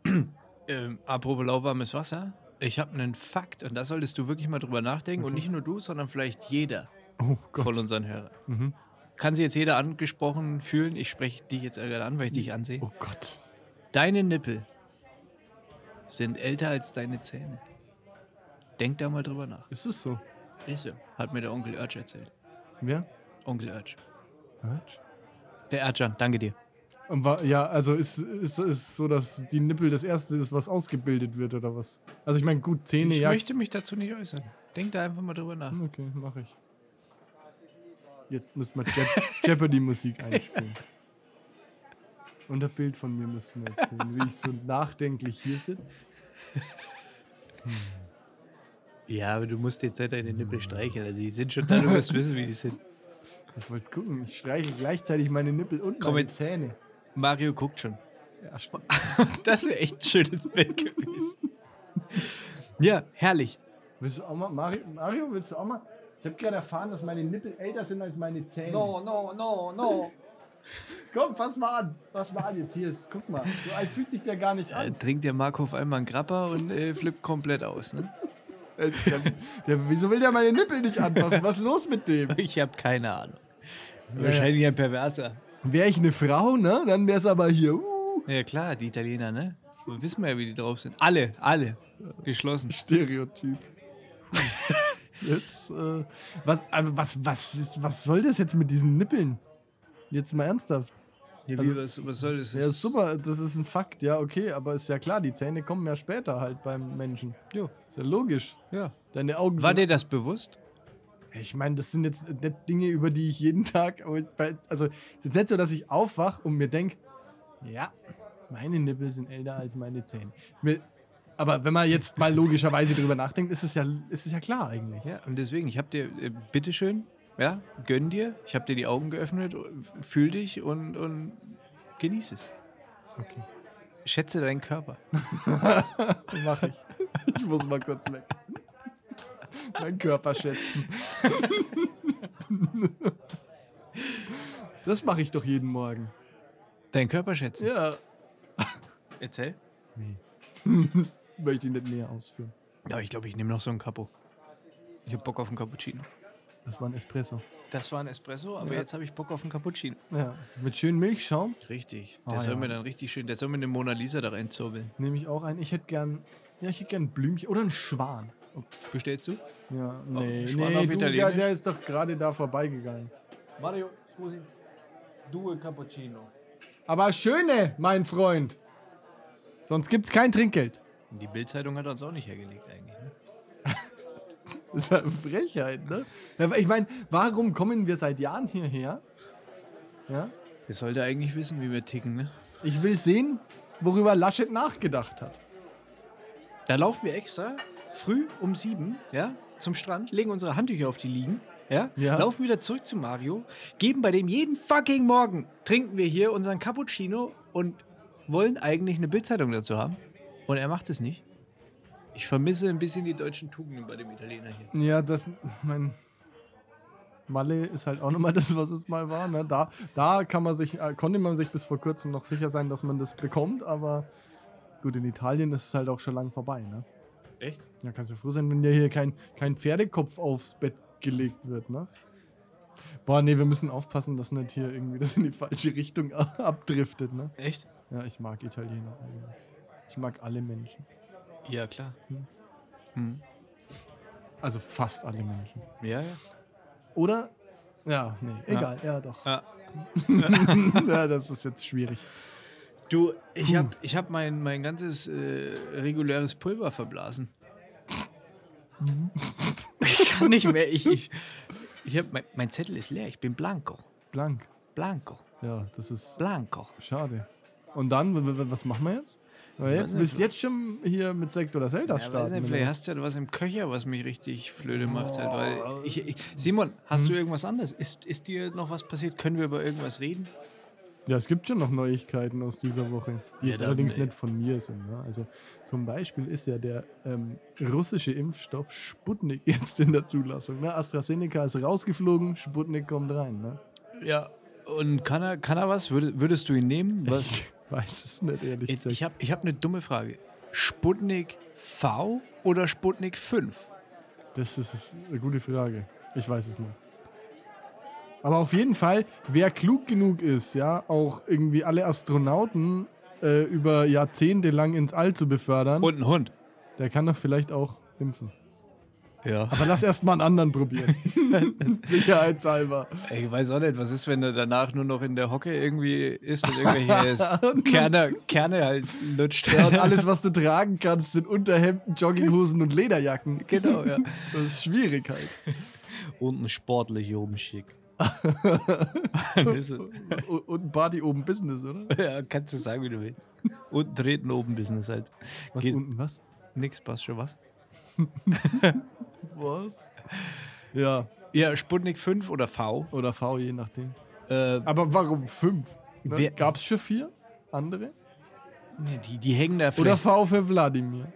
[SPEAKER 1] Ähm, apropos lauwarmes Wasser. Ich habe einen Fakt und da solltest du wirklich mal drüber nachdenken. Und
[SPEAKER 2] Okay.
[SPEAKER 1] nicht nur du, sondern vielleicht jeder
[SPEAKER 2] Oh
[SPEAKER 1] von
[SPEAKER 2] Gott.
[SPEAKER 1] unseren Hörern.
[SPEAKER 2] Mhm.
[SPEAKER 1] Kann sich jetzt jeder angesprochen fühlen? Ich spreche dich jetzt gerade an, weil ich dich ansehe.
[SPEAKER 2] Oh Gott.
[SPEAKER 1] Deine Nippel sind älter als deine Zähne. Denk da mal drüber nach.
[SPEAKER 2] Ist es so?
[SPEAKER 1] Ist so. Hat mir der Onkel Urge erzählt.
[SPEAKER 2] Wer?
[SPEAKER 1] Onkel Urge.
[SPEAKER 2] Quatsch.
[SPEAKER 1] Der Ercan, danke dir.
[SPEAKER 2] Und war, ja, also ist ist, ist so, dass die Nippel das erste ist, was ausgebildet wird oder was? Also ich meine, gut, Zähne,
[SPEAKER 1] Ich
[SPEAKER 2] ja.
[SPEAKER 1] möchte mich dazu nicht äußern. Denk da einfach mal drüber nach.
[SPEAKER 2] Hm, Okay, mache ich. Jetzt müsste man Je Jeopardy-Musik einspielen. Und das Bild von mir müssten wir jetzt sehen, wie ich so nachdenklich hier sitze
[SPEAKER 1] Ja, aber du musst jetzt nicht deine Nippel streicheln. Also, die sind schon da, du musst wissen, wie die sind.
[SPEAKER 2] Ich wollte gucken, ich streiche gleichzeitig meine Nippel und
[SPEAKER 1] Komm
[SPEAKER 2] meine
[SPEAKER 1] jetzt.
[SPEAKER 2] Zähne.
[SPEAKER 1] Mario guckt schon.
[SPEAKER 2] Ja, sp-
[SPEAKER 1] Das wäre echt ein schönes Bild gewesen. Ja, herrlich.
[SPEAKER 2] willst du auch mal, Mario, Mario willst du auch mal? Ich habe gerade erfahren, dass meine Nippel älter sind als meine Zähne.
[SPEAKER 3] No, no, no, no.
[SPEAKER 2] Komm, fass mal an. Fass mal an jetzt. Hier ist, guck mal. So alt fühlt sich der gar nicht
[SPEAKER 1] Äh,
[SPEAKER 2] an.
[SPEAKER 1] trinkt der Marco auf einmal einen Grapper und äh, flippt komplett aus, ne?
[SPEAKER 2] Ja, wieso will der meine Nippel nicht anfassen? Was ist los mit dem?
[SPEAKER 1] Ich habe keine Ahnung. Wahrscheinlich ein Perverser.
[SPEAKER 2] Wäre ich eine Frau, ne? Dann wär's aber hier. Uh,
[SPEAKER 1] Ja, klar, die Italiener, ne? Wir wissen wir ja, wie die drauf sind. Alle, alle. Geschlossen.
[SPEAKER 2] Stereotyp. Puh. Jetzt, äh, was, also was, was, ist, was soll das jetzt mit diesen Nippeln? Jetzt mal ernsthaft.
[SPEAKER 1] Ja,
[SPEAKER 2] Also-
[SPEAKER 1] wie, was, was soll das?
[SPEAKER 2] Ja, ist super, das ist ein Fakt, ja, okay, aber ist ja klar, die Zähne kommen ja später halt beim Menschen.
[SPEAKER 1] Jo,
[SPEAKER 2] Ist ja logisch.
[SPEAKER 1] ja.
[SPEAKER 2] Deine Augen
[SPEAKER 1] War
[SPEAKER 2] sind
[SPEAKER 1] dir das bewusst?
[SPEAKER 2] Ich meine, das sind jetzt nicht Dinge, über die ich jeden Tag. aber ich- bei- Also, es ist nicht so, dass ich aufwache und mir denke, ja, meine Nippel sind älter als meine Zähne. Mir, aber wenn man jetzt mal logischerweise drüber nachdenkt, ist es ja, ist es ja klar eigentlich.
[SPEAKER 1] Ja, und deswegen, ich hab dir, äh, bitteschön, ja, gönn dir. Ich hab dir die Augen geöffnet, fühl dich und, und genieß es.
[SPEAKER 2] Okay,
[SPEAKER 1] Schätze deinen Körper.
[SPEAKER 2] mach ich. Ich muss mal kurz weg. Mein Körper schätzen. Das mache ich doch jeden Morgen.
[SPEAKER 1] Deinen Körper schätzen.
[SPEAKER 2] Ja,
[SPEAKER 1] Erzähl.
[SPEAKER 2] möchte ich nicht näher ausführen.
[SPEAKER 1] Ja, ich glaube, ich nehme noch so einen Capo. Ich hab Bock auf einen Cappuccino.
[SPEAKER 2] Das war ein Espresso.
[SPEAKER 1] Das war ein Espresso, aber
[SPEAKER 2] Ja.
[SPEAKER 1] jetzt habe ich Bock auf einen Cappuccino.
[SPEAKER 2] Ja, mit schönem Milchschaum.
[SPEAKER 1] Richtig.
[SPEAKER 2] Ah,
[SPEAKER 1] Der soll
[SPEAKER 2] ja.
[SPEAKER 1] mir dann richtig schön, der soll mir eine Mona Lisa da reinzurbeln.
[SPEAKER 2] Nehme ich auch ein. Ich hätte gern, ja, ich hätte gern Blümchen oder einen Schwan. Oh,
[SPEAKER 1] Bestellst du?
[SPEAKER 2] Ja,
[SPEAKER 1] ein
[SPEAKER 2] nee,
[SPEAKER 1] Schwan
[SPEAKER 2] nee,
[SPEAKER 1] auf
[SPEAKER 2] du,
[SPEAKER 1] Italienisch?
[SPEAKER 2] der, der ist doch gerade da vorbeigegangen.
[SPEAKER 3] Mario, scusi. Due cappuccino.
[SPEAKER 2] Aber schöne, mein Freund. Sonst gibt's kein Trinkgeld.
[SPEAKER 1] Die Bildzeitung hat uns auch nicht hergelegt eigentlich. Ne?
[SPEAKER 2] Das ist ja Frechheit, ne? Ja, aber Ich meine, warum kommen wir seit Jahren hierher? Ja?
[SPEAKER 1] Der sollte eigentlich wissen, wie wir ticken, ne?
[SPEAKER 2] Ich will sehen, worüber Laschet nachgedacht hat.
[SPEAKER 1] Da laufen wir extra früh um sieben, ja, zum Strand, legen unsere Handtücher auf die Liegen, ja,
[SPEAKER 2] Ja.
[SPEAKER 1] laufen wieder zurück zu Mario, geben bei dem jeden fucking Morgen, trinken wir hier unseren Cappuccino und wollen eigentlich eine Bildzeitung dazu haben. Und er macht es nicht. Ich vermisse ein bisschen die deutschen Tugenden bei dem Italiener hier.
[SPEAKER 2] Ja, das, mein. Malle ist halt auch nochmal das, was es mal war. Ne? Da, da kann man sich, äh, konnte man sich bis vor kurzem noch sicher sein, dass man das bekommt, aber gut, in Italien ist es halt auch schon lang vorbei. Ne?
[SPEAKER 1] Echt?
[SPEAKER 2] Da kannst du froh sein, wenn dir hier kein, kein Pferdekopf aufs Bett gelegt wird. Ne? Boah, nee, wir müssen aufpassen, dass nicht hier irgendwie das in die falsche Richtung abdriftet. Ne?
[SPEAKER 1] Echt?
[SPEAKER 2] Ja, ich mag Italiener. eigentlich. Ich mag alle Menschen.
[SPEAKER 1] Ja, klar.
[SPEAKER 2] Also fast alle Menschen.
[SPEAKER 1] Ja, ja.
[SPEAKER 2] Oder? Ja, nee, egal, ja, doch.
[SPEAKER 1] Ja.
[SPEAKER 2] ja, das ist jetzt schwierig.
[SPEAKER 1] Du, ich hab, ich hab mein, mein ganzes äh, reguläres Pulver verblasen. ich kann nicht mehr. Ich, ich, ich hab, mein, mein Zettel ist leer. Ich bin blanco.
[SPEAKER 2] Blank.
[SPEAKER 1] Blanco.
[SPEAKER 2] Ja, das ist
[SPEAKER 1] Blanco.
[SPEAKER 2] schade. Und dann, w- w- was machen wir jetzt? Weil
[SPEAKER 1] Ich
[SPEAKER 2] jetzt
[SPEAKER 1] weiß
[SPEAKER 2] bist
[SPEAKER 1] nicht.
[SPEAKER 2] jetzt schon hier mit Sekt oder
[SPEAKER 1] Ja,
[SPEAKER 2] Zelda
[SPEAKER 1] weiß
[SPEAKER 2] starten.
[SPEAKER 1] nicht,
[SPEAKER 2] ne? oder
[SPEAKER 1] vielleicht
[SPEAKER 2] was?
[SPEAKER 1] hast du ja was im Köcher, was mich richtig flöde macht. Halt, weil ich, ich, Simon, hast
[SPEAKER 2] Mhm.
[SPEAKER 1] du irgendwas anderes? Ist, ist dir noch was passiert? Können wir über irgendwas reden?
[SPEAKER 2] ja, es gibt schon noch Neuigkeiten aus dieser Woche, die
[SPEAKER 1] Ja,
[SPEAKER 2] jetzt
[SPEAKER 1] dann,
[SPEAKER 2] allerdings
[SPEAKER 1] ey.
[SPEAKER 2] nicht von mir sind. Ne? Also zum Beispiel ist ja der ähm, russische Impfstoff Sputnik jetzt in der Zulassung. Ne? AstraZeneca ist rausgeflogen, Sputnik kommt rein. Ne?
[SPEAKER 1] Ja. Und kann er, kann er was? Würde, würdest du ihn nehmen? Was?
[SPEAKER 2] Ich weiß es nicht, ehrlich
[SPEAKER 1] Ich, ich habe ich hab eine dumme Frage. Sputnik V oder Sputnik 5?
[SPEAKER 2] Das ist eine gute Frage. Ich weiß es nicht. Aber auf jeden Fall, wer klug genug ist, ja, auch irgendwie alle Astronauten äh, über Jahrzehnte lang ins All zu befördern,
[SPEAKER 1] Und ein Hund.
[SPEAKER 2] der kann doch vielleicht auch impfen.
[SPEAKER 1] Ja.
[SPEAKER 2] Aber lass erst mal einen anderen probieren. Sicherheitshalber.
[SPEAKER 1] Ich weiß auch nicht, was ist, wenn er danach nur noch in der Hocke irgendwie ist und irgendwelche Kerne, Kerne halt lutscht.
[SPEAKER 2] Ja, und alles, was du tragen kannst, sind Unterhemden, Jogginghosen und Lederjacken.
[SPEAKER 1] genau, ja.
[SPEAKER 2] Das ist schwierig halt.
[SPEAKER 1] Und ein sportlicher Umschick. Weißt du?
[SPEAKER 2] Und, und ein Party oben Business, oder?
[SPEAKER 1] ja, kannst du sagen, wie du willst. Unten treten, oben Business halt.
[SPEAKER 2] Was
[SPEAKER 1] Geht-
[SPEAKER 2] unten was?
[SPEAKER 1] Nix, passt schon was?
[SPEAKER 2] Was? Ja,
[SPEAKER 1] Ja, Sputnik 5 oder V.
[SPEAKER 2] oder V, je nachdem.
[SPEAKER 1] Äh,
[SPEAKER 2] Aber warum fünf? Ne?
[SPEAKER 1] Wer-
[SPEAKER 2] Gab es schon vier andere?
[SPEAKER 1] nee, die, die hängen da
[SPEAKER 2] Oder
[SPEAKER 1] vielleicht.
[SPEAKER 2] V für Wladimir?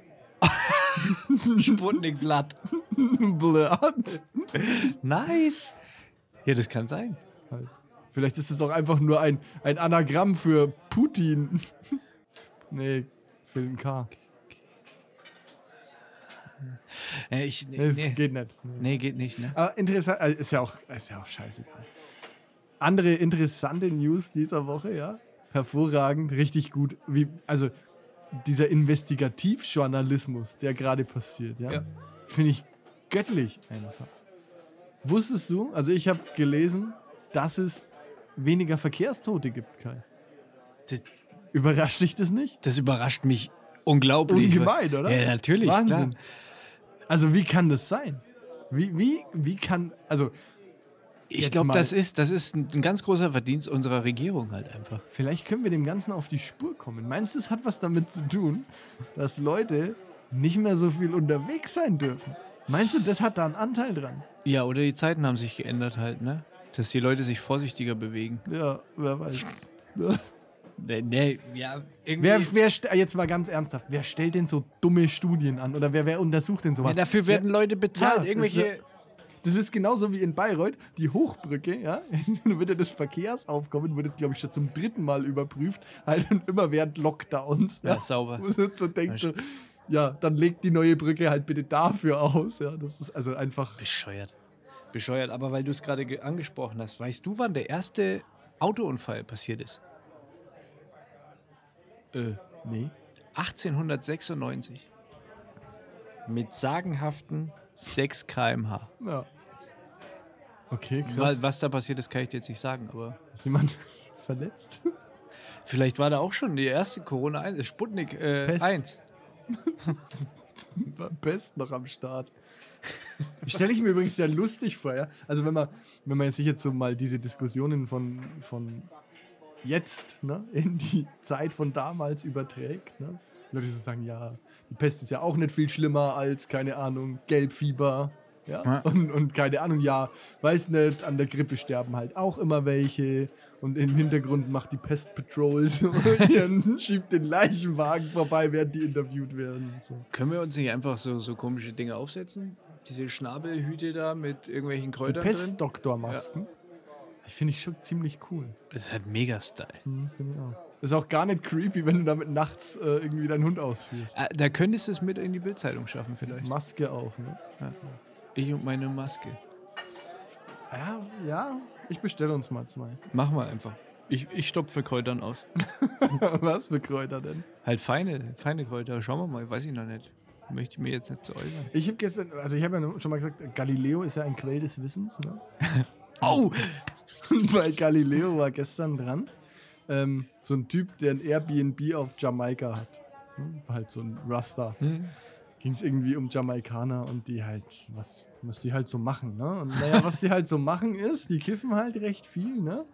[SPEAKER 1] Sputnik Blatt.
[SPEAKER 2] Blatt.
[SPEAKER 1] Nice. Ja, das kann sein.
[SPEAKER 2] Halt. Vielleicht ist es auch einfach nur ein, ein Anagramm für Putin. nee, für den K.
[SPEAKER 1] Äh, ich, nee,
[SPEAKER 2] Nee, es
[SPEAKER 1] nee,
[SPEAKER 2] geht nicht. Nee.
[SPEAKER 1] nee, geht nicht, ne?
[SPEAKER 2] Aber interessant, äh, ist ja, auch, ist ja auch scheißegal. Andere interessante News dieser Woche, ja. Hervorragend, richtig gut. Wie, also dieser Investigativjournalismus, der gerade passiert, ja.
[SPEAKER 1] Ja.
[SPEAKER 2] Finde ich göttlich einfach. Wusstest du, also ich habe gelesen, dass es weniger Verkehrstote gibt, Kai.
[SPEAKER 1] Das-
[SPEAKER 2] Überrascht dich das nicht?
[SPEAKER 1] Das überrascht mich unglaublich.
[SPEAKER 2] Ungemein, oder?
[SPEAKER 1] Ja, natürlich,
[SPEAKER 2] Wahnsinn.
[SPEAKER 1] klar.
[SPEAKER 2] Also wie kann das sein? Wie, wie, wie kann, also
[SPEAKER 1] Ich
[SPEAKER 2] Jetzt
[SPEAKER 1] glaube,
[SPEAKER 2] mal-
[SPEAKER 1] das ist, das ist ein, ein ganz großer Verdienst unserer Regierung halt einfach.
[SPEAKER 2] Vielleicht können wir dem Ganzen auf die Spur kommen. Meinst du, es hat was damit zu tun, dass Leute nicht mehr so viel unterwegs sein dürfen? Meinst du, das hat da einen Anteil dran?
[SPEAKER 1] Ja, oder die Zeiten haben sich geändert halt, ne? Dass die Leute sich vorsichtiger bewegen.
[SPEAKER 2] Ja, wer weiß.
[SPEAKER 1] Nee, nee Ne, ja, irgendwie.
[SPEAKER 2] Wer, wer, st- jetzt mal ganz ernsthaft, wer stellt denn so dumme Studien an? Oder wer, wer untersucht denn sowas?
[SPEAKER 1] Ja, dafür werden Leute bezahlt.
[SPEAKER 2] Ja, das
[SPEAKER 1] irgendwelche.
[SPEAKER 2] Das ist genauso wie in Bayreuth, die Hochbrücke, ja, da wird ja das Verkehrsaufkommen, wird jetzt, glaube ich, schon zum dritten Mal überprüft, halt und immer während Lockdowns.
[SPEAKER 1] Ja, sauber.
[SPEAKER 2] Wo man so denkt, so, ja, dann legt die neue Brücke halt bitte dafür aus, ja, das ist also einfach,
[SPEAKER 1] Bescheuert. Bescheuert, aber weil du es gerade ge- angesprochen hast, weißt du, wann der erste Autounfall passiert ist? Äh,
[SPEAKER 2] nee,
[SPEAKER 1] 1896. Mit sagenhaften 6 km/h.
[SPEAKER 2] ja. Okay, krass.
[SPEAKER 1] Wa- Was da passiert ist, kann ich dir jetzt nicht sagen, aber
[SPEAKER 2] ist jemand verletzt?
[SPEAKER 1] vielleicht war da auch schon die erste Corona 1, Sputnik äh,
[SPEAKER 2] Pest.
[SPEAKER 1] 1.
[SPEAKER 2] War Best noch am Start. Stelle ich mir übrigens sehr lustig vor, ja. Also wenn man, wenn man jetzt sich jetzt so mal diese Diskussionen von, von jetzt, ne, in die Zeit von damals überträgt, ne? Leute so sagen, ja, die Pest ist ja auch nicht viel schlimmer als, keine Ahnung, Gelbfieber. Ja?
[SPEAKER 1] Ja.
[SPEAKER 2] Und, und keine Ahnung, ja, weiß nicht, an der Grippe sterben halt auch immer welche. Und im Hintergrund macht die Pest Patrol so ihren, schiebt den Leichenwagen vorbei, während die interviewt werden. und So.
[SPEAKER 1] Können wir uns nicht einfach so, so komische Dinge aufsetzen? Diese Schnabelhüte da mit irgendwelchen Kräutern drin?
[SPEAKER 2] Pestdoktormasken. Ich finde ich schon ziemlich cool.
[SPEAKER 1] Das ist halt mega Style.
[SPEAKER 2] Hm, finde ich auch. Ist auch gar nicht creepy, wenn du damit nachts äh, irgendwie deinen Hund ausführst.
[SPEAKER 1] Ah, Da könntest du es mit in die Bildzeitung schaffen vielleicht.
[SPEAKER 2] Maske auf, ne?
[SPEAKER 1] Ich und meine Maske.
[SPEAKER 2] Ja, ja. Ich bestelle uns mal zwei.
[SPEAKER 1] Mach mal einfach. Ich, ich stopfe Kräutern aus.
[SPEAKER 2] Was für Kräuter denn?
[SPEAKER 1] Halt feine, feine Kräuter. Schauen wir mal, weiß ich noch nicht. Möchte ich mir jetzt nicht zu äußern.
[SPEAKER 2] Ich habe gestern, also ich habe ja schon mal gesagt, Galileo ist ja ein Quell des Wissens, ne?
[SPEAKER 1] Oh!
[SPEAKER 2] Und Bei Galileo war gestern dran. Ähm, so ein Typ, der ein Airbnb auf Jamaika hat. Hm, War halt so ein Rasta.
[SPEAKER 1] Hm.
[SPEAKER 2] ging es irgendwie um Jamaikaner und die halt, was, was die halt so machen, ne? Und naja, was die halt so machen ist, die kiffen halt recht viel, ne?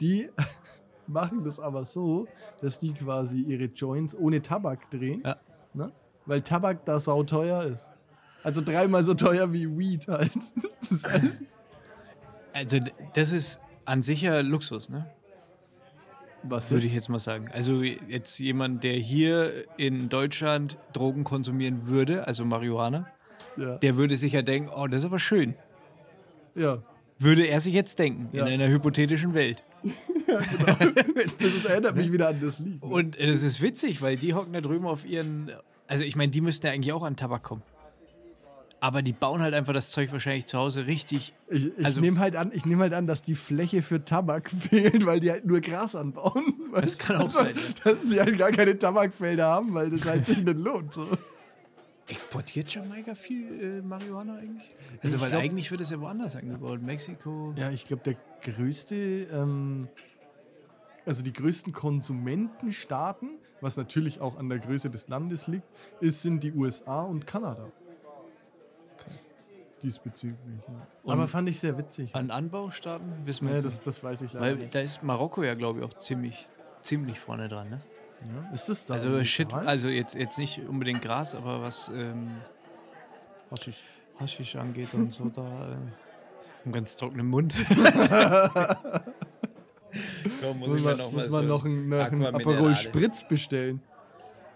[SPEAKER 2] Die machen das aber so, dass die quasi ihre Joints ohne Tabak drehen,
[SPEAKER 1] Ja.
[SPEAKER 2] ne? Weil Tabak da sauteuer ist. Also dreimal so teuer wie Weed halt. Das heißt,
[SPEAKER 1] Also, d- das ist an sich ja Luxus, ne?
[SPEAKER 2] was
[SPEAKER 1] Würde ich jetzt mal sagen. Also, jetzt jemand, der hier in Deutschland Drogen konsumieren würde, also Marihuana,
[SPEAKER 2] Ja,
[SPEAKER 1] der würde sich ja denken: Oh, das ist aber schön.
[SPEAKER 2] ja.
[SPEAKER 1] Würde er sich jetzt denken,
[SPEAKER 2] Ja.
[SPEAKER 1] in einer hypothetischen Welt.
[SPEAKER 2] Das ist, erinnert mich wieder an das Lied. ne?
[SPEAKER 1] Und äh, das ist witzig, weil die hocken da drüben auf ihren. Also, ich meine, die müssten ja eigentlich auch an Tabak kommen. Aber die bauen halt einfach das Zeug wahrscheinlich zu Hause richtig.
[SPEAKER 2] Ich, ich
[SPEAKER 1] Also-
[SPEAKER 2] nehme halt, an- ich nehm halt an, dass die Fläche für Tabak fehlt, weil die halt nur Gras anbauen.
[SPEAKER 1] Das
[SPEAKER 2] weißt
[SPEAKER 1] kann
[SPEAKER 2] du?
[SPEAKER 1] auch sein,
[SPEAKER 2] Dass sie halt gar keine Tabakfelder haben, weil das halt sich nicht lohnt. So.
[SPEAKER 1] Exportiert Jamaika viel äh, Marihuana eigentlich? Also,
[SPEAKER 2] Ich
[SPEAKER 1] weil
[SPEAKER 2] glaub-
[SPEAKER 1] eigentlich wird es ja woanders angebaut. Mexiko.
[SPEAKER 2] Ja, ich glaube, der größte, ähm, also die größten Konsumentenstaaten, was natürlich auch an der Größe des Landes liegt, ist, sind die USA und Kanada. Diesbezüglich. Ja.
[SPEAKER 1] Und-
[SPEAKER 2] Aber fand ich sehr witzig.
[SPEAKER 1] An Anbaustaaten wissen wir
[SPEAKER 2] Nee,
[SPEAKER 1] jetzt
[SPEAKER 2] das, das weiß ich leider
[SPEAKER 1] Weil
[SPEAKER 2] nicht.
[SPEAKER 1] da ist Marokko ja, glaube ich, auch ziemlich, ziemlich vorne dran, ne?
[SPEAKER 2] Ja, ist das da?
[SPEAKER 1] Also
[SPEAKER 2] illegal?
[SPEAKER 1] Shit, also jetzt, jetzt nicht unbedingt Gras, aber was ähm,
[SPEAKER 2] Haschisch.
[SPEAKER 1] Haschisch angeht und so, da äh, einen ganz trockenen Mund. Komm,
[SPEAKER 2] Muss, man, noch, muss
[SPEAKER 1] mal
[SPEAKER 2] man noch einen, noch einen
[SPEAKER 1] Aqua
[SPEAKER 2] Aperol
[SPEAKER 1] Minerale.
[SPEAKER 2] Spritz bestellen.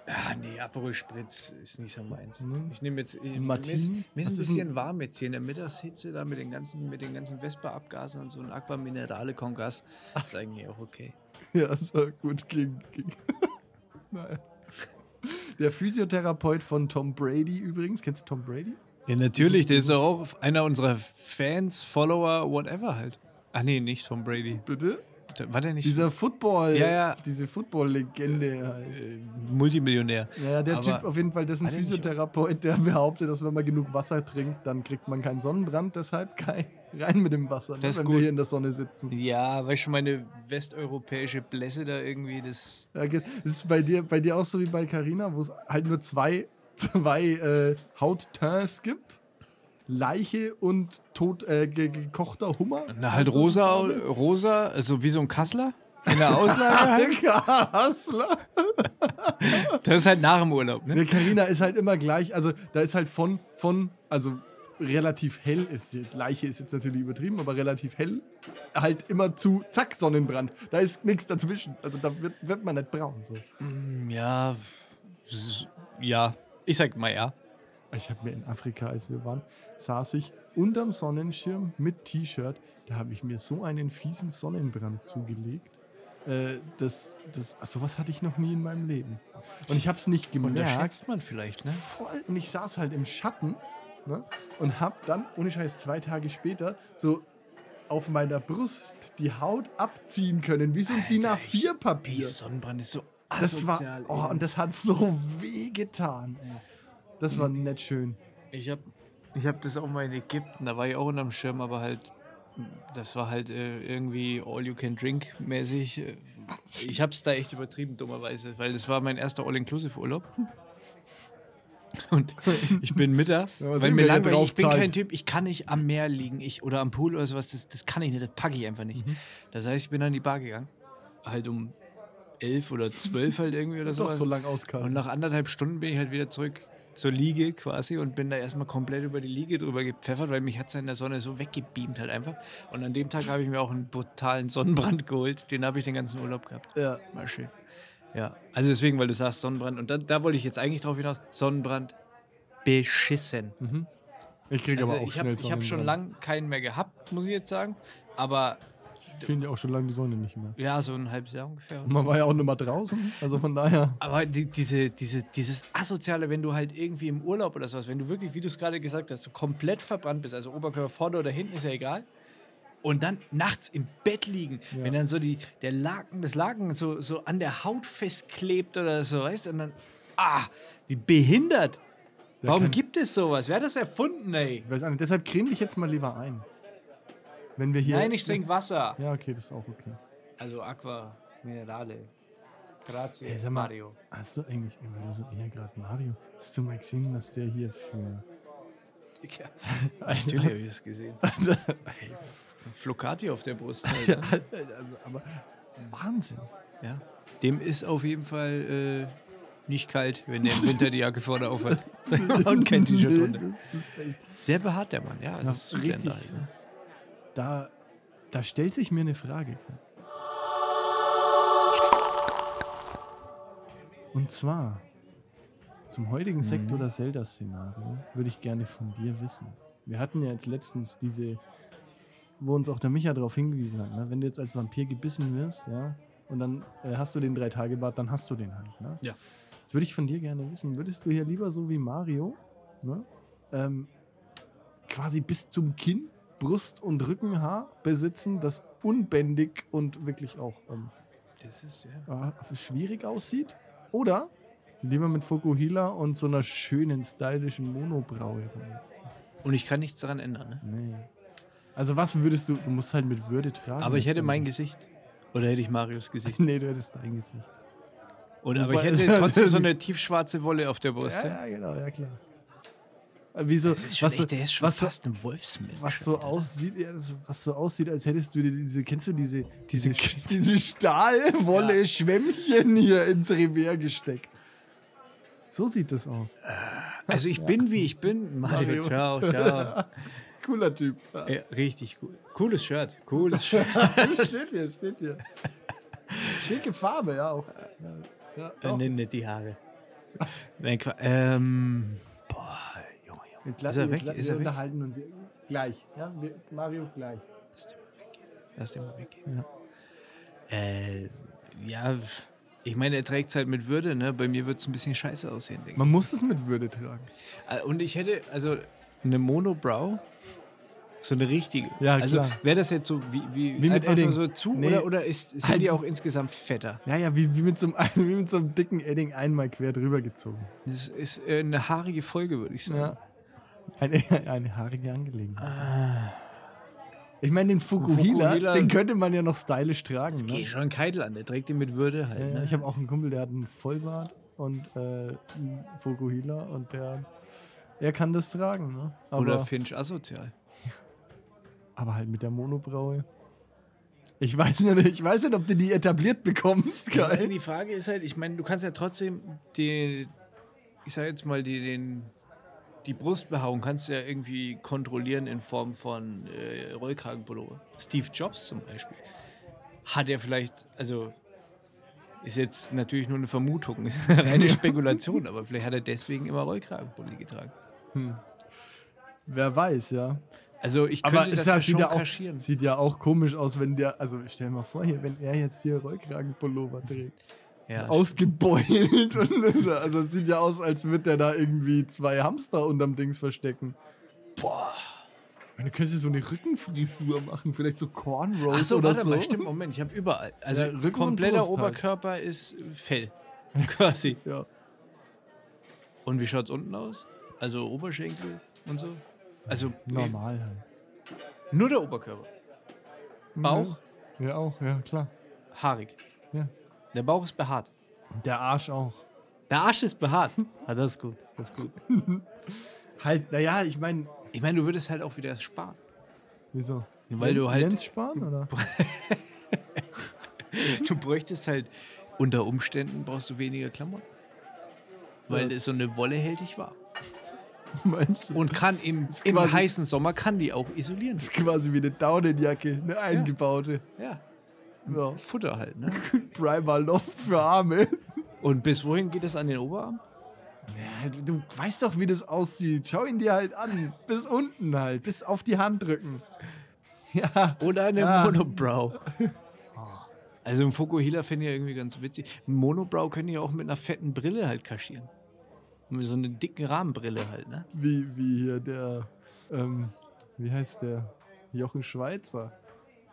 [SPEAKER 1] Ah, nee, Aperol Spritz ist nicht so meins.
[SPEAKER 2] Ne?
[SPEAKER 1] Ich nehme jetzt. Ich, Mir
[SPEAKER 2] Martini?
[SPEAKER 1] ist, mir
[SPEAKER 2] Was
[SPEAKER 1] ist ein
[SPEAKER 2] ist
[SPEAKER 1] bisschen warm jetzt hier in der Mittagshitze, da mit den ganzen, mit den ganzen Vespa-Abgasen und so ein Aqua Minerale con Gas. Ist eigentlich auch okay.
[SPEAKER 2] Ja, so gut ging. ging. Naja. Der Physiotherapeut von Tom Brady übrigens. Kennst du Tom Brady?
[SPEAKER 1] Ja, natürlich, der ist auch einer unserer Fans, Follower, whatever halt. Ach nee, nicht Tom Brady.
[SPEAKER 2] Bitte?
[SPEAKER 1] War der nicht
[SPEAKER 2] Dieser Football,
[SPEAKER 1] Ja, ja.
[SPEAKER 2] diese Football-Legende. halt.
[SPEAKER 1] äh, Multimillionär?
[SPEAKER 2] Naja, der
[SPEAKER 1] aber-
[SPEAKER 2] Typ auf jeden Fall, dessen
[SPEAKER 1] War der nicht-
[SPEAKER 2] Physiotherapeut, der behauptet, dass wenn man genug Wasser trinkt, dann kriegt man keinen Sonnenbrand. Deshalb Kai, rein mit dem Wasser, ne,
[SPEAKER 1] Das ist
[SPEAKER 2] wenn
[SPEAKER 1] gut.
[SPEAKER 2] wir hier in der Sonne sitzen.
[SPEAKER 1] Ja, weil schon meine westeuropäische Blässe da irgendwie das.
[SPEAKER 2] Ja, ge- das ist bei dir, bei dir auch so wie bei Carina, wo es halt nur zwei, zwei äh, Hauttints gibt. Leiche und tot, äh, ge gekochter Hummer.
[SPEAKER 1] Na, halt rosa, rosa, also wie so ein Kassler in der Auslage halt.
[SPEAKER 2] Hassler.
[SPEAKER 1] Das ist halt nach dem Urlaub, ne?
[SPEAKER 2] Ne, Carina ist halt immer gleich, also da ist halt von, von, also relativ hell ist sie. Leiche ist jetzt natürlich übertrieben, aber relativ hell halt immer zu zack Sonnenbrand. Da ist nichts dazwischen. Also da wird, wird man nicht braun. So.
[SPEAKER 1] Hm, Ja, s- ja. Ich sag mal ja.
[SPEAKER 2] Ich habe mir in Afrika, als wir waren, saß ich unterm Sonnenschirm mit T-Shirt. Da habe ich mir so einen fiesen Sonnenbrand zugelegt. Äh, das, das, also sowas hatte ich noch nie in meinem Leben. Und ich habe es nicht gemerkt.
[SPEAKER 1] Unterschätzt man vielleicht, ne?
[SPEAKER 2] voll. Und ich saß halt im Schatten ne, und hab dann, ohne Scheiß, zwei Tage später so auf meiner Brust die Haut abziehen können, wie so ein
[SPEAKER 1] Alter,
[SPEAKER 2] DIN
[SPEAKER 1] ich- Ey,
[SPEAKER 2] A4-Papier.
[SPEAKER 1] Sonnenbrand ist so
[SPEAKER 2] Das war,
[SPEAKER 1] asozial,
[SPEAKER 2] oh,
[SPEAKER 1] ey.
[SPEAKER 2] und das hat so weh getan. ey. Das war
[SPEAKER 1] Mhm.
[SPEAKER 2] nicht schön.
[SPEAKER 1] Ich hab, ich hab das auch mal in Ägypten, da war ich auch unterm Schirm, aber halt, das war halt äh, irgendwie All-You-Can-Drink-mäßig. äh, Ich hab's da echt übertrieben, dummerweise, weil das war mein erster All-Inclusive-Urlaub. Und ich bin mittags,
[SPEAKER 2] Ja, was
[SPEAKER 1] weil
[SPEAKER 2] sind
[SPEAKER 1] mir
[SPEAKER 2] wir hier
[SPEAKER 1] langweilig, ich bin
[SPEAKER 2] draufzahlen?
[SPEAKER 1] kein Typ, ich kann nicht am Meer liegen ich, oder am Pool oder sowas, das, das kann ich nicht, das packe ich einfach
[SPEAKER 2] Mhm.
[SPEAKER 1] nicht. Das heißt, ich bin an die Bar gegangen, halt um elf oder zwölf halt irgendwie oder
[SPEAKER 2] Doch
[SPEAKER 1] sowas.
[SPEAKER 2] so lang
[SPEAKER 1] Und
[SPEAKER 2] ausgehalten.
[SPEAKER 1] nach anderthalb Stunden bin ich halt wieder zurück zur Liege quasi und bin da erstmal komplett über die Liege drüber gepfeffert, weil mich hat es in der Sonne so weggebeamt halt einfach. Und an dem Tag habe ich mir auch einen brutalen Sonnenbrand geholt. Den habe ich den ganzen Urlaub gehabt.
[SPEAKER 2] Ja,
[SPEAKER 1] War schön. Ja, also deswegen, weil du sagst Sonnenbrand. Und da, da wollte ich jetzt eigentlich drauf hinaus. Sonnenbrand beschissen.
[SPEAKER 2] ich krieg
[SPEAKER 1] Also
[SPEAKER 2] aber auch
[SPEAKER 1] ich habe
[SPEAKER 2] schnell
[SPEAKER 1] hab schon
[SPEAKER 2] Sonnenbrand.
[SPEAKER 1] lang keinen mehr gehabt, muss ich jetzt sagen. Aber
[SPEAKER 2] Ich finde ja auch schon lange die Sonne nicht mehr.
[SPEAKER 1] ja, so ein halbes Jahr ungefähr.
[SPEAKER 2] Man war ja auch nur mal draußen, also von daher.
[SPEAKER 1] Aber die, diese, diese, dieses Asoziale, wenn du halt irgendwie im Urlaub oder sowas, wenn du wirklich, wie du es gerade gesagt hast, so komplett verbrannt bist, also Oberkörper vorne oder hinten ist ja egal. Und dann nachts im Bett liegen,
[SPEAKER 2] Ja.
[SPEAKER 1] wenn dann so die, der Laken, das Laken so, so an der Haut festklebt oder so, weißt du, und dann, ah, wie behindert.
[SPEAKER 2] Der
[SPEAKER 1] Warum
[SPEAKER 2] kann-
[SPEAKER 1] gibt es sowas? Wer hat das erfunden, ey?
[SPEAKER 2] Ich weiß auch nicht, deshalb creme dich jetzt mal lieber ein. Wenn wir hier.
[SPEAKER 1] Nein, ich trinke Wasser.
[SPEAKER 2] Ja, okay, das ist auch okay.
[SPEAKER 1] Also Aqua, Minerale, Grazie,
[SPEAKER 2] Ey, sag mal,
[SPEAKER 1] Mario.
[SPEAKER 2] Hast du eigentlich immer das eher gerade Mario? Hast du mal gesehen, dass der hier für.
[SPEAKER 1] Ja, natürlich habe ich das gesehen. Flocati auf der Brust. Halt, ne?
[SPEAKER 2] also, aber Wahnsinn.
[SPEAKER 1] Ja. Dem ist auf jeden Fall äh, nicht kalt, wenn der im Winter die Jacke vorne auf hat. Und kein T-Shirt
[SPEAKER 2] Nee,
[SPEAKER 1] drunter.
[SPEAKER 2] das ist echt-
[SPEAKER 1] Sehr behaart der Mann, ja.
[SPEAKER 2] Na,
[SPEAKER 1] Das ist
[SPEAKER 2] richtig.
[SPEAKER 1] Südländer halt, ne?
[SPEAKER 2] Da, da stellt sich mir eine Frage. Und zwar zum
[SPEAKER 1] Mhm.
[SPEAKER 2] heutigen Sekt- oder Zelda-Szenario würde ich gerne von dir wissen. Wir hatten ja jetzt letztens diese, wo uns auch der Micha darauf hingewiesen hat, ne? wenn du jetzt als Vampir gebissen wirst, ja, und dann äh, hast du den drei Tage Bart, dann hast du den halt. Ne?
[SPEAKER 1] Ja.
[SPEAKER 2] Jetzt würde ich von dir gerne wissen, würdest du hier lieber so wie Mario, ne? ähm, quasi bis zum Kinn, Brust und Rückenhaar besitzen, das unbändig und wirklich auch ähm,
[SPEAKER 1] Das ist ja.
[SPEAKER 2] ah, schwierig aussieht. Oder lieber mit Fokuhila und so einer schönen, stylischen Monobraue. rumlaufen.
[SPEAKER 1] Und ich kann nichts daran ändern. Ne?
[SPEAKER 2] Nee. Also was würdest du, du musst halt mit Würde tragen.
[SPEAKER 1] Aber ich hätte
[SPEAKER 2] jetzt.
[SPEAKER 1] mein Gesicht. Oder hätte ich Marios Gesicht.
[SPEAKER 2] Nee, du hättest dein Gesicht.
[SPEAKER 1] Und, aber
[SPEAKER 2] Wobei-
[SPEAKER 1] ich hätte trotzdem so eine tiefschwarze Wolle auf der Brust.
[SPEAKER 2] Ja,
[SPEAKER 1] Ja,
[SPEAKER 2] ja, genau, ja klar. Wie so,
[SPEAKER 1] Das ist schon
[SPEAKER 2] was, so-
[SPEAKER 1] echt, der ist schon
[SPEAKER 2] was, so-
[SPEAKER 1] fast ein Wolfsmensch.
[SPEAKER 2] was so
[SPEAKER 1] Alter.
[SPEAKER 2] aussieht, ja, so- was so aussieht, als hättest du dir diese, kennst du diese, diese, diese Stahlwolle-Schwämmchen hier ins Revier gesteckt. So sieht das aus.
[SPEAKER 1] Also ich bin, wie ich bin. Mario,
[SPEAKER 2] Mario.
[SPEAKER 1] ciao, ciao.
[SPEAKER 2] Cooler Typ. Ja.
[SPEAKER 1] ja, richtig cool. Cooles Shirt, cooles Shirt.
[SPEAKER 2] steht hier, steht hier. Schicke Farbe, ja auch. Ja,
[SPEAKER 1] Äh,
[SPEAKER 2] doch.
[SPEAKER 1] nimm nicht die Haare. Nein, Qua- ähm, boah, Junge, Junge.
[SPEAKER 2] Jetzt lass
[SPEAKER 1] Ist er
[SPEAKER 2] ihn,
[SPEAKER 1] weg?
[SPEAKER 2] jetzt lass
[SPEAKER 1] Ist
[SPEAKER 2] ihn
[SPEAKER 1] er weg?
[SPEAKER 2] unterhalten uns hier. gleich. Ja, wir, Mario gleich.
[SPEAKER 1] Lass den mal weggehen. Lass den mal weggehen. Ja. Äh, ja, w- ich meine, er trägt es halt mit Würde, ne? Bei mir wird es ein bisschen scheiße aussehen, denke
[SPEAKER 2] Man muss es mit Würde tragen.
[SPEAKER 1] ich. Äh, Und ich hätte, also eine Monobrow, so eine richtige.
[SPEAKER 2] Ja,
[SPEAKER 1] also
[SPEAKER 2] klar.
[SPEAKER 1] wäre das jetzt so wie, wie,
[SPEAKER 2] Wie mit
[SPEAKER 1] einfach nur
[SPEAKER 2] Edding.
[SPEAKER 1] so zu
[SPEAKER 2] Nee. Halt
[SPEAKER 1] oder, oder ist, sind die auch insgesamt fetter?
[SPEAKER 2] Ja, ja, wie, wie, mit, so einem, also wie mit so einem dicken Edding einmal quer drüber gezogen.
[SPEAKER 1] Das ist äh, eine haarige Folge, würde ich sagen.
[SPEAKER 2] Ja. Eine, eine haarige Angelegenheit. Ah. Ich meine, den Fukuhila,
[SPEAKER 1] Fukuhila-
[SPEAKER 2] den könnte man ja noch stylisch tragen.
[SPEAKER 1] Das
[SPEAKER 2] Ne?
[SPEAKER 1] geht schon Keitel an, der trägt ihn mit Würde halt.
[SPEAKER 2] Ja, ja,
[SPEAKER 1] ne?
[SPEAKER 2] ich habe auch einen Kumpel, der hat einen Vollbart und äh, einen Fukuhila und der, er kann das tragen. Ne?
[SPEAKER 1] Oder
[SPEAKER 2] Aber,
[SPEAKER 1] Finch asozial.
[SPEAKER 2] aber halt mit der Monobraue. Ich weiß, nicht, ich weiß nicht, ob du die etabliert bekommst,
[SPEAKER 1] Ja,
[SPEAKER 2] geil.
[SPEAKER 1] Die Frage ist halt, ich meine, du kannst ja trotzdem die, ich sag jetzt mal, die, den, die Brustbehauung kannst du ja irgendwie kontrollieren in Form von äh, Rollkragenpullover. Steve Jobs zum Beispiel. Hat er vielleicht, also ist jetzt natürlich nur eine Vermutung, ist eine reine Spekulation, aber vielleicht hat er deswegen immer Rollkragenpulli getragen.
[SPEAKER 2] Wer weiß, ja.
[SPEAKER 1] Also ich könnte
[SPEAKER 2] Aber es
[SPEAKER 1] das
[SPEAKER 2] sah-
[SPEAKER 1] ja
[SPEAKER 2] sieht,
[SPEAKER 1] schon
[SPEAKER 2] ja auch,
[SPEAKER 1] kaschieren.
[SPEAKER 2] sieht ja auch komisch aus, wenn der, also stell dir mal vor, hier, wenn er jetzt hier Rollkragenpullover trägt.
[SPEAKER 1] Ja,
[SPEAKER 2] ausgebeult. Und so. also es sieht ja aus, als würde der da irgendwie zwei Hamster unterm Dings verstecken. Boah. Ich meine, Du könntest dir so eine Rückenfrisur machen, vielleicht so Cornrows
[SPEAKER 1] Ach so,
[SPEAKER 2] oder
[SPEAKER 1] warte
[SPEAKER 2] so.
[SPEAKER 1] mal, stimmt, Moment, ich habe überall. Also
[SPEAKER 2] Ja, Rücken und
[SPEAKER 1] kompletter
[SPEAKER 2] Brust halt.
[SPEAKER 1] Oberkörper ist Fell, quasi.
[SPEAKER 2] Ja.
[SPEAKER 1] Und wie schaut's unten aus? Also Oberschenkel und so? Also
[SPEAKER 2] Normal halt.
[SPEAKER 1] nur der Oberkörper,
[SPEAKER 2] Mhm.
[SPEAKER 1] Bauch?
[SPEAKER 2] Ja, auch, ja, klar.
[SPEAKER 1] haarig.
[SPEAKER 2] Ja.
[SPEAKER 1] Der Bauch ist behaart.
[SPEAKER 2] Der Arsch auch.
[SPEAKER 1] Der Arsch ist behaart. Ah, das ist gut, das ist gut.
[SPEAKER 2] Halt, naja, ich meine,
[SPEAKER 1] Ich meine, du würdest halt auch wieder sparen.
[SPEAKER 2] wieso?
[SPEAKER 1] Weil du halt-
[SPEAKER 2] Lenz sparen, oder?
[SPEAKER 1] Du bräuchtest halt unter Umständen brauchst du weniger Klamotten. Weil
[SPEAKER 2] Ja.
[SPEAKER 1] so eine Wolle hält dich warm.
[SPEAKER 2] Meinst du?
[SPEAKER 1] Und kann im,
[SPEAKER 2] Ist
[SPEAKER 1] im
[SPEAKER 2] quasi-
[SPEAKER 1] heißen Sommer kann die auch isolieren.
[SPEAKER 2] Das ist quasi wie eine Daunenjacke, eine eingebaute.
[SPEAKER 1] Ja.
[SPEAKER 2] Ja.
[SPEAKER 1] Futter halt, ne?
[SPEAKER 2] Primal Loft für Arme.
[SPEAKER 1] Und bis wohin geht das an den Oberarm?
[SPEAKER 2] Ja, du- du weißt doch, wie das aussieht. Schau ihn dir halt an. Bis unten halt. Bis auf die Hand drücken. Ja.
[SPEAKER 1] Oder eine
[SPEAKER 2] Ja.
[SPEAKER 1] Monobrow? Ah. Also ein Fokuhila finde ich ja irgendwie ganz witzig. Ein Monobrow können die ja auch mit einer fetten Brille halt kaschieren. Mit so einer dicken Rahmenbrille halt, ne?
[SPEAKER 2] Wie, wie hier der, ähm, wie heißt der? Jochen Schweizer.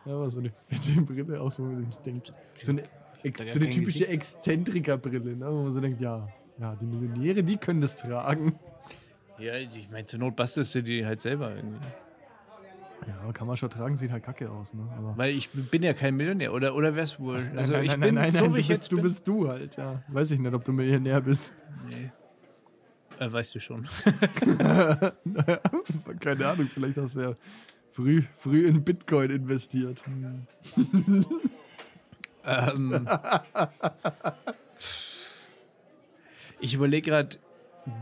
[SPEAKER 2] Ja, aber so eine fette Brille aus, wo man sich denkt. So eine,
[SPEAKER 1] Da
[SPEAKER 2] ex,
[SPEAKER 1] gar
[SPEAKER 2] so eine
[SPEAKER 1] kein
[SPEAKER 2] typische
[SPEAKER 1] Gesicht.
[SPEAKER 2] Exzentrikerbrille, ne? wo man so denkt, ja, ja, die Millionäre, die können das tragen.
[SPEAKER 1] Ja, ich meine, zur Not bastelst du die halt selber irgendwie.
[SPEAKER 2] Ja, kann man schon tragen, sieht halt kacke aus, ne? Aber
[SPEAKER 1] Weil ich bin ja kein Millionär, oder, oder wär's wohl? Also
[SPEAKER 2] Nein,
[SPEAKER 1] ich
[SPEAKER 2] nein,
[SPEAKER 1] bin
[SPEAKER 2] nein, nein,
[SPEAKER 1] so
[SPEAKER 2] nein,
[SPEAKER 1] wie ich
[SPEAKER 2] du bist,
[SPEAKER 1] jetzt
[SPEAKER 2] du
[SPEAKER 1] bin.
[SPEAKER 2] bist du halt, ja. Weiß ich nicht, ob du Millionär bist.
[SPEAKER 1] Nee. Äh, weißt du schon.
[SPEAKER 2] Naja, keine Ahnung, vielleicht hast du ja früh, früh in Bitcoin investiert.
[SPEAKER 1] Ähm, ich überlege gerade,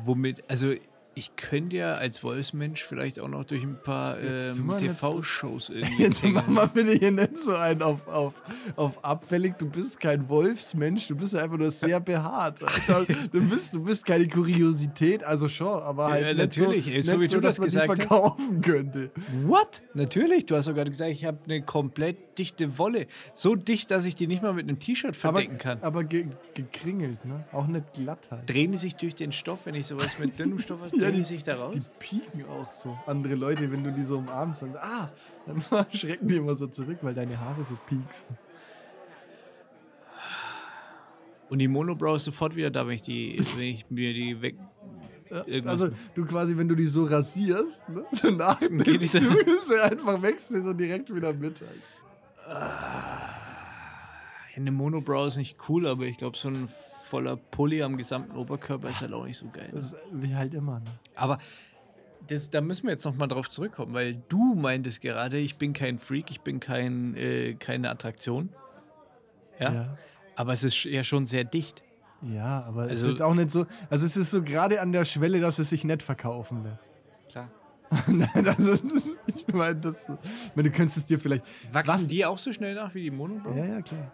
[SPEAKER 1] womit, also ich könnte ja als Wolfsmensch vielleicht auch noch durch ein paar
[SPEAKER 2] Jetzt sind
[SPEAKER 1] ähm,
[SPEAKER 2] wir jetzt-
[SPEAKER 1] TV-Shows irgendwie
[SPEAKER 2] Jetzt mach
[SPEAKER 1] hängen.
[SPEAKER 2] mal bitte hier nicht so einen auf, auf, auf abfällig. Du bist kein Wolfsmensch, du bist einfach nur sehr behaart. Alter. Du bist, du bist keine Kuriosität, also schon, aber halt nicht
[SPEAKER 1] natürlich,
[SPEAKER 2] so,
[SPEAKER 1] ey, so
[SPEAKER 2] nicht
[SPEAKER 1] wie
[SPEAKER 2] so
[SPEAKER 1] du
[SPEAKER 2] dass
[SPEAKER 1] das
[SPEAKER 2] man
[SPEAKER 1] gesagt
[SPEAKER 2] die
[SPEAKER 1] hast.
[SPEAKER 2] verkaufen könnte.
[SPEAKER 1] What? Natürlich, du hast sogar gesagt, ich habe eine komplett dichte Wolle. So dicht, dass ich die nicht mal mit einem T-Shirt
[SPEAKER 2] Aber,
[SPEAKER 1] verdecken kann.
[SPEAKER 2] aber ge, gekringelt, ne? Auch nicht glatt halt.
[SPEAKER 1] Drehen die sich durch den Stoff, wenn ich sowas mit dünnem Stoff habe,
[SPEAKER 2] Ja,
[SPEAKER 1] drehen
[SPEAKER 2] die-
[SPEAKER 1] die sich da raus?
[SPEAKER 2] Die pieken auch so. Andere Leute, wenn du die so umarmst, dann, so, ah, dann schrecken die immer so zurück, weil deine Haare so pieksen.
[SPEAKER 1] Und die Monobrow ist sofort wieder da, wenn ich, die, wenn ich mir die weg...
[SPEAKER 2] Ja,
[SPEAKER 1] Irgendwas
[SPEAKER 2] also du quasi, wenn du die so rasierst, ne, so nach dem
[SPEAKER 1] Geht die so-
[SPEAKER 2] Zug ist sie einfach wächst sie so direkt wieder mit. Halt.
[SPEAKER 1] Eine Monobrow ist nicht cool, aber ich glaube, so ein voller Pulli am gesamten Oberkörper ist halt auch nicht so geil.
[SPEAKER 2] Das ist wie halt immer. Ne?
[SPEAKER 1] Aber das, da müssen wir jetzt nochmal drauf zurückkommen, weil du meintest gerade, ich bin kein Freak, ich bin kein, äh, keine Attraktion. Ja?
[SPEAKER 2] Ja.
[SPEAKER 1] Aber es ist sch- ja schon sehr dicht.
[SPEAKER 2] Ja, aber es
[SPEAKER 1] Also-
[SPEAKER 2] ist jetzt auch nicht so. Also es ist so gerade an der Schwelle, dass es sich nett verkaufen lässt.
[SPEAKER 1] Klar.
[SPEAKER 2] Nein, das ist, ich meine, das, ich meine, du könntest es dir vielleicht.
[SPEAKER 1] Wachsen
[SPEAKER 2] was,
[SPEAKER 1] die auch so schnell nach wie die Monoblock?
[SPEAKER 2] Ja, ja, klar.